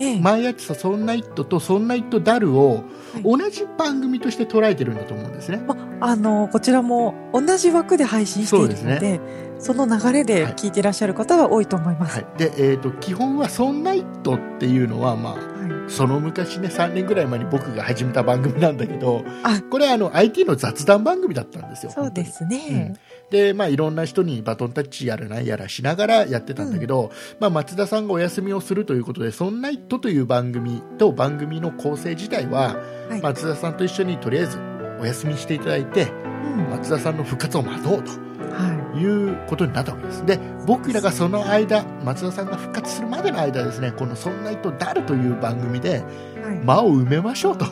[SPEAKER 3] ええ
[SPEAKER 2] 前やってたそんな一頭とそんな一頭ダルを、
[SPEAKER 3] はい
[SPEAKER 2] 同じ番組として捉えてるんだと思うんですね。
[SPEAKER 3] あの、こちらも同じ枠で配信しているので、
[SPEAKER 2] そ
[SPEAKER 3] そ
[SPEAKER 2] で
[SPEAKER 3] うの流れで
[SPEAKER 2] はい
[SPEAKER 3] 聞いていらっしゃる方は多いと思います。
[SPEAKER 2] は
[SPEAKER 3] はい。
[SPEAKER 2] い。で、えっ、と、基本はそんな一頭っていうのは、まあ、その昔ね、3年ぐらい前に僕が始めた番組なんだけど
[SPEAKER 3] あ、
[SPEAKER 2] これあの IT の雑談番組だったんですよ。
[SPEAKER 3] そうで。すね。
[SPEAKER 2] で、まあいろんな人にバトンタッチやらないやらしながらやってたんだけど、まあ松田さんがお休みをするということで、そんな人という番組と番組の構成自体は、
[SPEAKER 3] はい。
[SPEAKER 2] 松田さんと一緒にとりあえずお休みしていただいて、
[SPEAKER 3] うん
[SPEAKER 2] 松田さんの復活を待とうと。
[SPEAKER 3] は
[SPEAKER 2] いうことになったわけです。で、僕らがその間、松田さんが復活するまでの間ですね、このそんな人だるという番組で、
[SPEAKER 3] い。はい。
[SPEAKER 2] 間を埋めましょうとい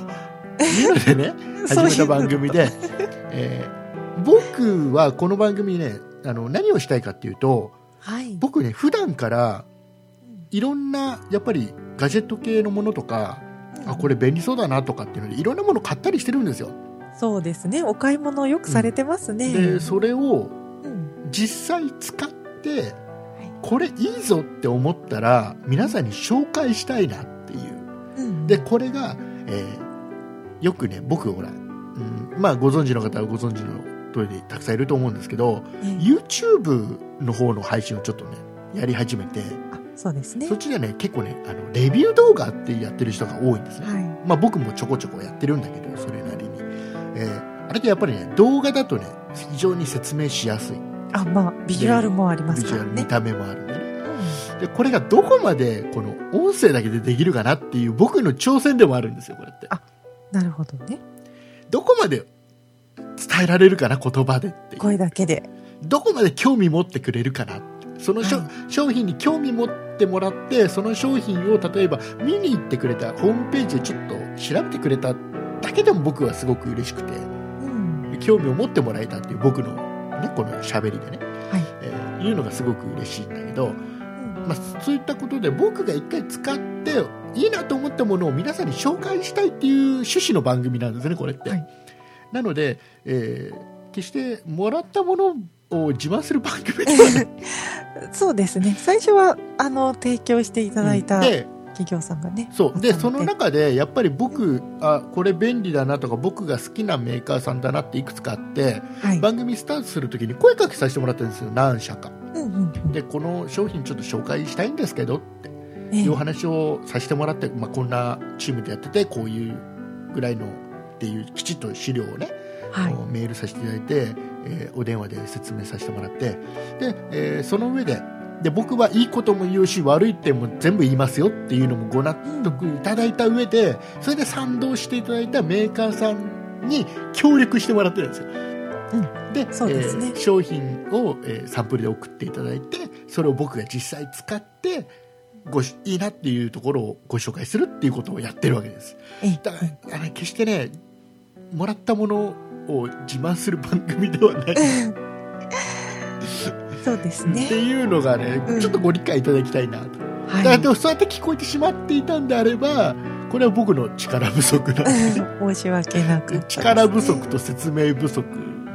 [SPEAKER 2] うので [laughs] ね始めた番組で、えー僕はこの番組ねあの何をしたいかっていうと
[SPEAKER 3] はい。
[SPEAKER 2] 僕ね普段からいろんなやっぱりガジェット系のものとかあこれ便利そうだなとかっていうのでいろんなもの買ったりしてるんですよ
[SPEAKER 3] そうですね。お買い物をよくされてますね。
[SPEAKER 2] でそれを
[SPEAKER 3] うん
[SPEAKER 2] 実際使ってこれいいぞって思ったら皆さんに紹介したいなっていう
[SPEAKER 3] うん
[SPEAKER 2] でこれが、えーよくね僕ほら、うんまあ、ご存知の方はご存知の通りたくさんいると思うんですけど
[SPEAKER 3] ええ
[SPEAKER 2] YouTube の方の配信をちょっとねやり始めて
[SPEAKER 3] あそうですね
[SPEAKER 2] そ。っちでね結構ねあのレビュー動画ってやってる人が多いんですね、
[SPEAKER 3] は
[SPEAKER 2] まあ、僕もちょこちょこやってるんだけどそれなりに、えーあれってやっぱりね動画だとね非常に説明しやすい
[SPEAKER 3] い。あ、まあ、ビジュアルもありま
[SPEAKER 2] ビ
[SPEAKER 3] す
[SPEAKER 2] ジ
[SPEAKER 3] か
[SPEAKER 2] ュア
[SPEAKER 3] ら
[SPEAKER 2] ル見
[SPEAKER 3] ね。
[SPEAKER 2] た目もあるんでねでこれがどこまでこの音声だけでできるかなっていう僕の挑戦でもあるんですよこれって
[SPEAKER 3] あなるほどね。
[SPEAKER 2] どこまで伝えられるかな言葉でっていう
[SPEAKER 3] 声だけで。
[SPEAKER 2] どこまで興味持ってくれるかなそのしょ、
[SPEAKER 3] は
[SPEAKER 2] 商品に興味持ってもらってその商品を例えば見に行ってくれたホームページでちょっと調べてくれただけでも僕はすごく嬉しくて
[SPEAKER 3] うん。
[SPEAKER 2] 興味を持ってもらえたっていう僕の、ね、この喋りでね、
[SPEAKER 3] はい
[SPEAKER 2] えーいうのがすごく嬉しいんだけど、
[SPEAKER 3] うん
[SPEAKER 2] まあ、そういったことで僕が一回使っていいなと思ったものを皆さんに紹介したいっていう趣旨の番組なんですねこれって、
[SPEAKER 3] はい
[SPEAKER 2] なので、えー決してもらったものを自慢する番
[SPEAKER 3] [laughs]
[SPEAKER 2] 組ではない
[SPEAKER 3] そうですね。最初は、あの、提供していただいた
[SPEAKER 2] で
[SPEAKER 3] 企業さんがね。
[SPEAKER 2] そうで
[SPEAKER 3] 改めて
[SPEAKER 2] その中でやっぱり僕あこれ便利だなとか僕が好きなメーカーさんだなっていくつかあって
[SPEAKER 3] はい。
[SPEAKER 2] 番組スタートするときに声かけさせてもらったんですよ何社か
[SPEAKER 3] うんうんうん
[SPEAKER 2] でこの商品ちょっと紹介したいんですけど
[SPEAKER 3] ええ
[SPEAKER 2] いうお話をさせてもらって、まあ、こんなチームでやっててこういうぐらいのっていうきちっと資料をね、
[SPEAKER 3] はい。
[SPEAKER 2] メールさせていただいて、えーお電話で説明させてもらってで、えーその上でで僕はいいことも言うし悪い点も全部言いますよっていうのもご納得いただいた上でそれで賛同していただいたメーカーさんに協力してもらってるんですよ。で
[SPEAKER 3] そうですね
[SPEAKER 2] えー商品を、えーサンプルで送っていただいてそれを僕が実際使ってごしいいなっていうところをご紹介するっていうことをやってるわけです
[SPEAKER 3] ええ
[SPEAKER 2] だからあの決してねもらったものを自慢する番組ではない [laughs]
[SPEAKER 3] そうです
[SPEAKER 2] っ
[SPEAKER 3] ね。
[SPEAKER 2] ていうのがね、
[SPEAKER 3] うん
[SPEAKER 2] ちょっとご理解いただきたいなと、だか
[SPEAKER 3] は
[SPEAKER 2] ら
[SPEAKER 3] い
[SPEAKER 2] で。もそうやって聞こえてしまっていたんであればこれは僕の力不足なんで
[SPEAKER 3] 申し訳なく、
[SPEAKER 2] [laughs] 力不足と説明不足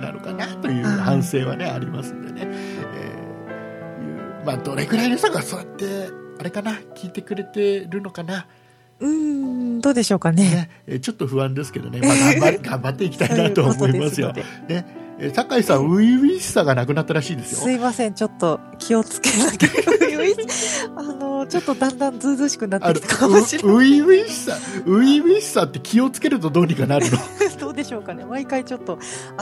[SPEAKER 2] なのかなという
[SPEAKER 3] あー
[SPEAKER 2] 反省はねありますんでね、えーいうまあ、どれくらいの人がそうやってあれかな聞いてくれてるのかな、
[SPEAKER 3] うーん、どうでしょうかね。
[SPEAKER 2] ねえーちょっと不安ですけどね、まあ、頑
[SPEAKER 3] [laughs]
[SPEAKER 2] 張り頑張っていきたいなと思いますよ
[SPEAKER 3] ということで
[SPEAKER 2] えー酒井さん初々しさがなくなったらしいです
[SPEAKER 3] す
[SPEAKER 2] よ
[SPEAKER 3] いません、ちょっと気をつけなきゃ。あの、ちょっとだんだんずうずうしくなっ
[SPEAKER 2] あの
[SPEAKER 3] てきたかもしれ
[SPEAKER 2] う初々しさ初々しさって気をつけるとどうにかなるの [laughs]
[SPEAKER 3] ない。どうでしょうかね。毎回ちょっと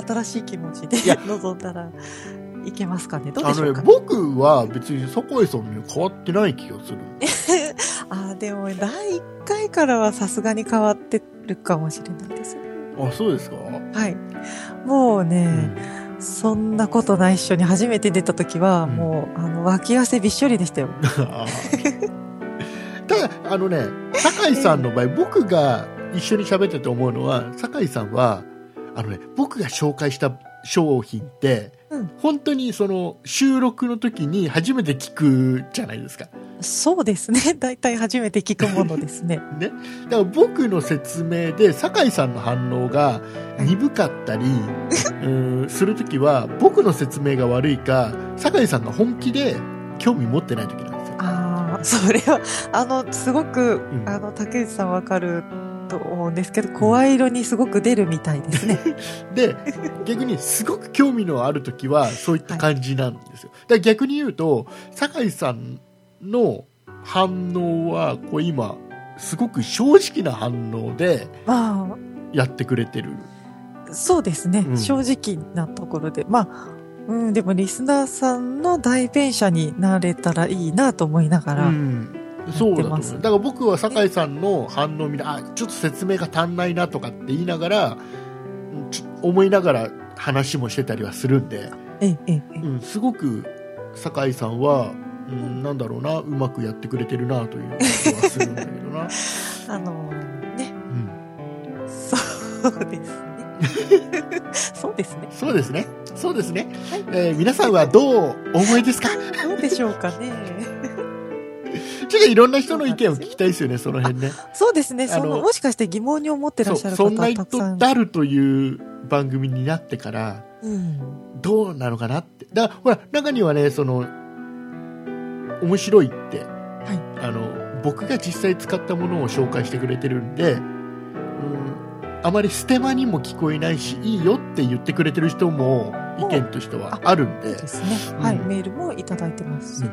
[SPEAKER 3] 新しい気持ちで
[SPEAKER 2] い
[SPEAKER 3] [laughs]
[SPEAKER 2] や
[SPEAKER 3] 臨んだらいけますかね。 [laughs] どう
[SPEAKER 2] あ
[SPEAKER 3] でしょ
[SPEAKER 2] の
[SPEAKER 3] う
[SPEAKER 2] ね
[SPEAKER 3] か。
[SPEAKER 2] 僕は別に酒井さんに変わってない気がする
[SPEAKER 3] あーでも、第1回からはさすがに変わってるかもしれないです。
[SPEAKER 2] あそうですか、
[SPEAKER 3] はい。もうね、
[SPEAKER 2] うん [laughs]
[SPEAKER 3] そんなことないっしょに初めて出た時は、
[SPEAKER 2] うん
[SPEAKER 3] もう、あの、脇汗びっしょりでし
[SPEAKER 2] [laughs]
[SPEAKER 3] たよ。
[SPEAKER 2] あーただあのね酒井さんの場合僕が一緒に喋ってて思うのは酒井さんはあのね僕が紹介した商品って、
[SPEAKER 3] うん
[SPEAKER 2] 本当にその収録の時に初めて聞くじゃないですか
[SPEAKER 3] そうですね。大体初めて聞くものですね。
[SPEAKER 2] ねだから僕の説明で酒井さんの反応が鈍かったりうーんする時は僕の説明が悪いか酒井さんが本気で興味持ってない時なんですよ
[SPEAKER 3] ああ、それは、あの、すごく、
[SPEAKER 2] うん
[SPEAKER 3] あの、竹内さんわかると思うんですけど、声色にすごく出るみたいです
[SPEAKER 2] [laughs]
[SPEAKER 3] ね。
[SPEAKER 2] で逆にすごく興味のある時はそういった感じなんですよ、だから逆に言うと酒井さんの反応はこう今すごく正直な反応で
[SPEAKER 3] ま
[SPEAKER 2] やってくれてる
[SPEAKER 3] あ、そうですね。
[SPEAKER 2] うん
[SPEAKER 3] 正直なところで。まあ、うん、でもリスナーさんの代弁者になれたらいいなと思いながら、
[SPEAKER 2] うん、そうだと
[SPEAKER 3] やって
[SPEAKER 2] 思う
[SPEAKER 3] ます
[SPEAKER 2] だから僕は酒井さんの反応を見てあちょっと説明が足んないなとかって言いながらちょ思いながら話もしてたりはするんで、
[SPEAKER 3] ええ、ええ、ええ
[SPEAKER 2] うん、すごく酒井さんは、うん、なんだろうなうまくやってくれてるなという気はするんだけど
[SPEAKER 3] [laughs]
[SPEAKER 2] な、
[SPEAKER 3] あの、ね、
[SPEAKER 2] うん、
[SPEAKER 3] そうですね。 [laughs] そうですね。
[SPEAKER 2] そうですねそうですね、
[SPEAKER 3] はい
[SPEAKER 2] えー皆さんはどうお思いですか
[SPEAKER 3] どうでしょうかね。
[SPEAKER 2] ちょっといろんな人の意見を聞きたいですよねその辺ね
[SPEAKER 3] そうですね。
[SPEAKER 2] あ
[SPEAKER 3] そ
[SPEAKER 2] の
[SPEAKER 3] の、もしかして疑問に思ってらっしゃる
[SPEAKER 2] そ
[SPEAKER 3] 方
[SPEAKER 2] うそんな
[SPEAKER 3] たく
[SPEAKER 2] 人
[SPEAKER 3] さん。
[SPEAKER 2] だるという番組になってから
[SPEAKER 3] うん。
[SPEAKER 2] どうなのかなってだからほら中にはねその面白いって、あの僕が実際使ったものを紹介してくれてるんで、うん、あまりステマにも聞こえないしいいよって言ってくれてる人も意見としてはあるんで
[SPEAKER 3] いいですね。
[SPEAKER 2] うん
[SPEAKER 3] はい。メールもいただいてます。
[SPEAKER 2] う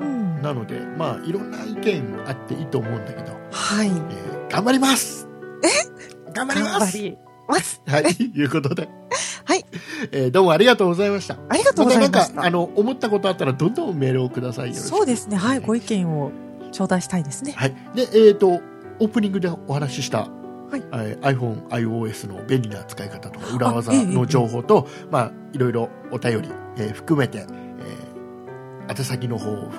[SPEAKER 3] うん。
[SPEAKER 2] なのでまあいろんな意見あっていいと思うんだけど、
[SPEAKER 3] はい。
[SPEAKER 2] えー頑張りますえ頑張り
[SPEAKER 3] 頑
[SPEAKER 2] ま
[SPEAKER 3] 張
[SPEAKER 2] す
[SPEAKER 3] ります。
[SPEAKER 2] はい、いうことで。
[SPEAKER 3] はい。
[SPEAKER 2] えーどうもありがとうございました。
[SPEAKER 3] ありがとう
[SPEAKER 2] また
[SPEAKER 3] ござ
[SPEAKER 2] ないん
[SPEAKER 3] ま
[SPEAKER 2] か
[SPEAKER 3] し、
[SPEAKER 2] あ
[SPEAKER 3] た。
[SPEAKER 2] の、思ったことあったら、どんどんメールをください。よろしく
[SPEAKER 3] そうですね。はい。ご
[SPEAKER 2] はい。
[SPEAKER 3] 意見を頂戴したいですね。
[SPEAKER 2] で、えっ、と、オープニングでお話しした、
[SPEAKER 3] い
[SPEAKER 2] えー iPhone、iOS の便利な使い方とか、裏技
[SPEAKER 3] あええええ
[SPEAKER 2] の情報と、まあ、いろいろお便り、えー含めて、えー宛先の方を、
[SPEAKER 3] は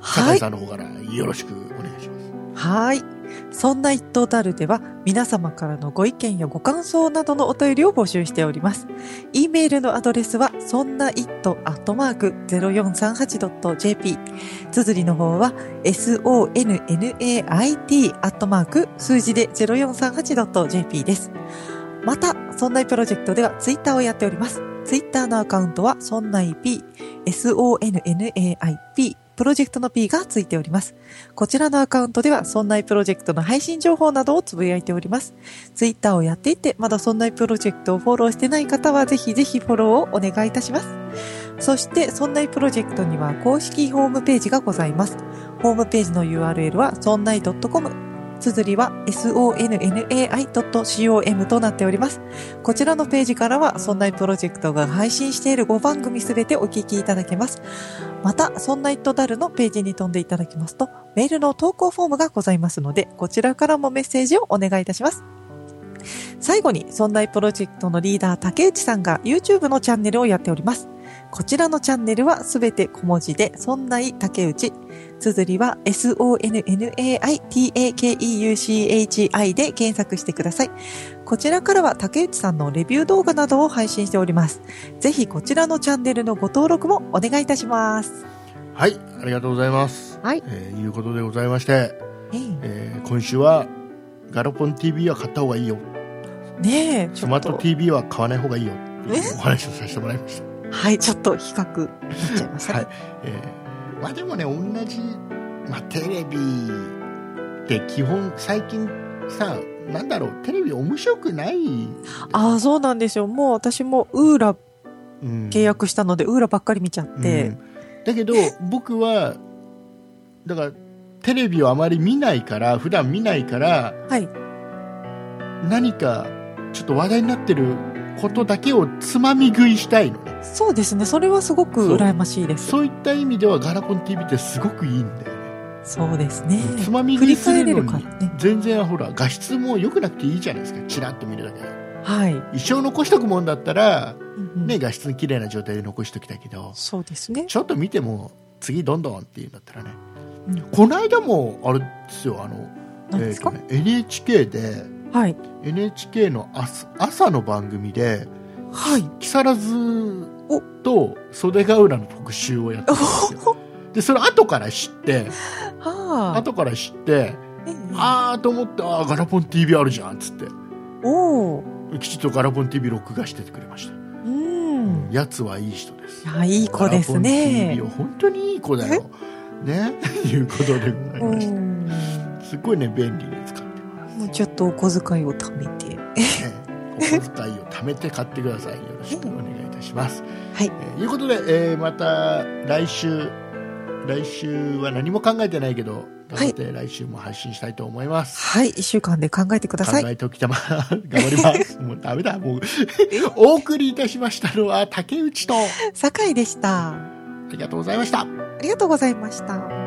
[SPEAKER 2] 酒井
[SPEAKER 3] い。
[SPEAKER 2] さんの方からよろしくお願いします。
[SPEAKER 3] はい。そんな一等たるでは、皆様からのご意見やご感想などのお便りを募集しております。e メールのアドレスは、そんな一等アットマーク 0438.jp。綴りの方は、sonnait アットマーク数字で 0438.jp です。また、そんないプロジェクトではツイッターをやっております。ツイッターのアカウントは、そんない p、sonnaip、プロジェクトの p がついております。こちらのアカウントでは、そんないプロジェクトの配信情報などをつぶやいております。ツイッターをやっていて、まだそんないプロジェクトをフォローしてない方は、ぜひぜひフォローをお願いいたします。そして、そんないプロジェクトには公式ホームページがございます。ホームページの URL は、そんない .com。綴りは sonnai.com となっております。こちらのページからは、そんないプロジェクトが配信している5番組すべてお聞きいただけます。また、そんないとだるのページに飛んでいただきますと、メールの投稿フォームがございますので、こちらからもメッセージをお願いいたします。最後に、存在プロジェクトのリーダー、竹内さんが YouTube のチャンネルをやっております。こちらのチャンネルはすべて小文字で、存在竹内。綴りは sonnaitakeuchi で検索してください。こちらからは竹内さんのレビュー動画などを配信しております。ぜひこちらのチャンネルのご登録もお願いいたします。
[SPEAKER 2] はい、ありがとうございます。
[SPEAKER 3] はい
[SPEAKER 2] えーいうことでございまして、
[SPEAKER 3] ええ
[SPEAKER 2] えー今週は、ガロポン TV は買った方がいいよ。
[SPEAKER 3] ねえ、ち
[SPEAKER 2] ス
[SPEAKER 3] ょ
[SPEAKER 2] マ
[SPEAKER 3] っ
[SPEAKER 2] ート
[SPEAKER 3] と。
[SPEAKER 2] TV は買わない方がいいよ。お話をさせてもらいました。
[SPEAKER 3] はい、ちょっと比較になっちゃいましたね。
[SPEAKER 2] はいえーまあでもね同じ、まあ、テレビって基本最近さなんだろうテレビ面白くない、
[SPEAKER 3] ああ、そうなんですよ。もう私もウーラ
[SPEAKER 2] うん
[SPEAKER 3] 契約したので、ウーラばっかり見ちゃって。
[SPEAKER 2] うんだけど僕はだからテレビをあまり見ないから普段見ないから
[SPEAKER 3] はい。
[SPEAKER 2] 何かちょっと話題になってることだけをつまみ食いしたいのね
[SPEAKER 3] そうですね。それはすごく
[SPEAKER 2] そう
[SPEAKER 3] 羨ましいです。
[SPEAKER 2] そういった意味ではガラコン TV ってすごくいいんだよね
[SPEAKER 3] そうですね。
[SPEAKER 2] つまみ
[SPEAKER 3] 振
[SPEAKER 2] 食い
[SPEAKER 3] り
[SPEAKER 2] す
[SPEAKER 3] 返
[SPEAKER 2] る
[SPEAKER 3] れ
[SPEAKER 2] の
[SPEAKER 3] るか
[SPEAKER 2] に
[SPEAKER 3] らね。
[SPEAKER 2] 全然ほら画質も良くなくていいじゃないですかチラッと見るだけで
[SPEAKER 3] はい。
[SPEAKER 2] 一生残しとくもんだったら、
[SPEAKER 3] うんうん
[SPEAKER 2] ね、画質に綺麗な状態で残しときたいけど
[SPEAKER 3] そうですね。
[SPEAKER 2] ちょっと見ても次どんどんっていうんだったらね、
[SPEAKER 3] うん
[SPEAKER 2] この間もあれですよあの、
[SPEAKER 3] 何ですか、
[SPEAKER 2] えーとね NHK で
[SPEAKER 3] はい。
[SPEAKER 2] NHK の朝朝の番組で [laughs]
[SPEAKER 3] はい。
[SPEAKER 2] 木更津と袖ヶ浦の特集をやってたん
[SPEAKER 3] [laughs]
[SPEAKER 2] ですよでそれ後から知って
[SPEAKER 3] はあ。
[SPEAKER 2] 後から知って
[SPEAKER 3] ええ
[SPEAKER 2] ああと思ってああガラポン TV あるじゃんっつって
[SPEAKER 3] おお。
[SPEAKER 2] きちっとガラポン TV 録画しててくれました、
[SPEAKER 3] うん。い
[SPEAKER 2] やつはいい人です
[SPEAKER 3] や、いい子です
[SPEAKER 2] ガラポン TV
[SPEAKER 3] ね。
[SPEAKER 2] は本当にいい子だよ。ね、 [laughs] いうことでございうました。
[SPEAKER 3] ん。
[SPEAKER 2] すごいね、便利に使って
[SPEAKER 3] [laughs]
[SPEAKER 2] ます。
[SPEAKER 3] もうちょっとお小遣いを貯めて。
[SPEAKER 2] ねお小遣いを貯めて買ってください。よろしくお願いいたします。
[SPEAKER 3] はい
[SPEAKER 2] えーいうことで、えーまた来週、来週は何も考えてないけど、頑張って来週も配信したいと思います。
[SPEAKER 3] はい。一週間で考えてください
[SPEAKER 2] 考。えておきたま、 [laughs] 頑張ります。もうダメだ、もう。 [laughs] お送りいたしましたのは竹内と、あ
[SPEAKER 3] 酒井でした。あ
[SPEAKER 2] りがとうございました。
[SPEAKER 3] りがとうございました。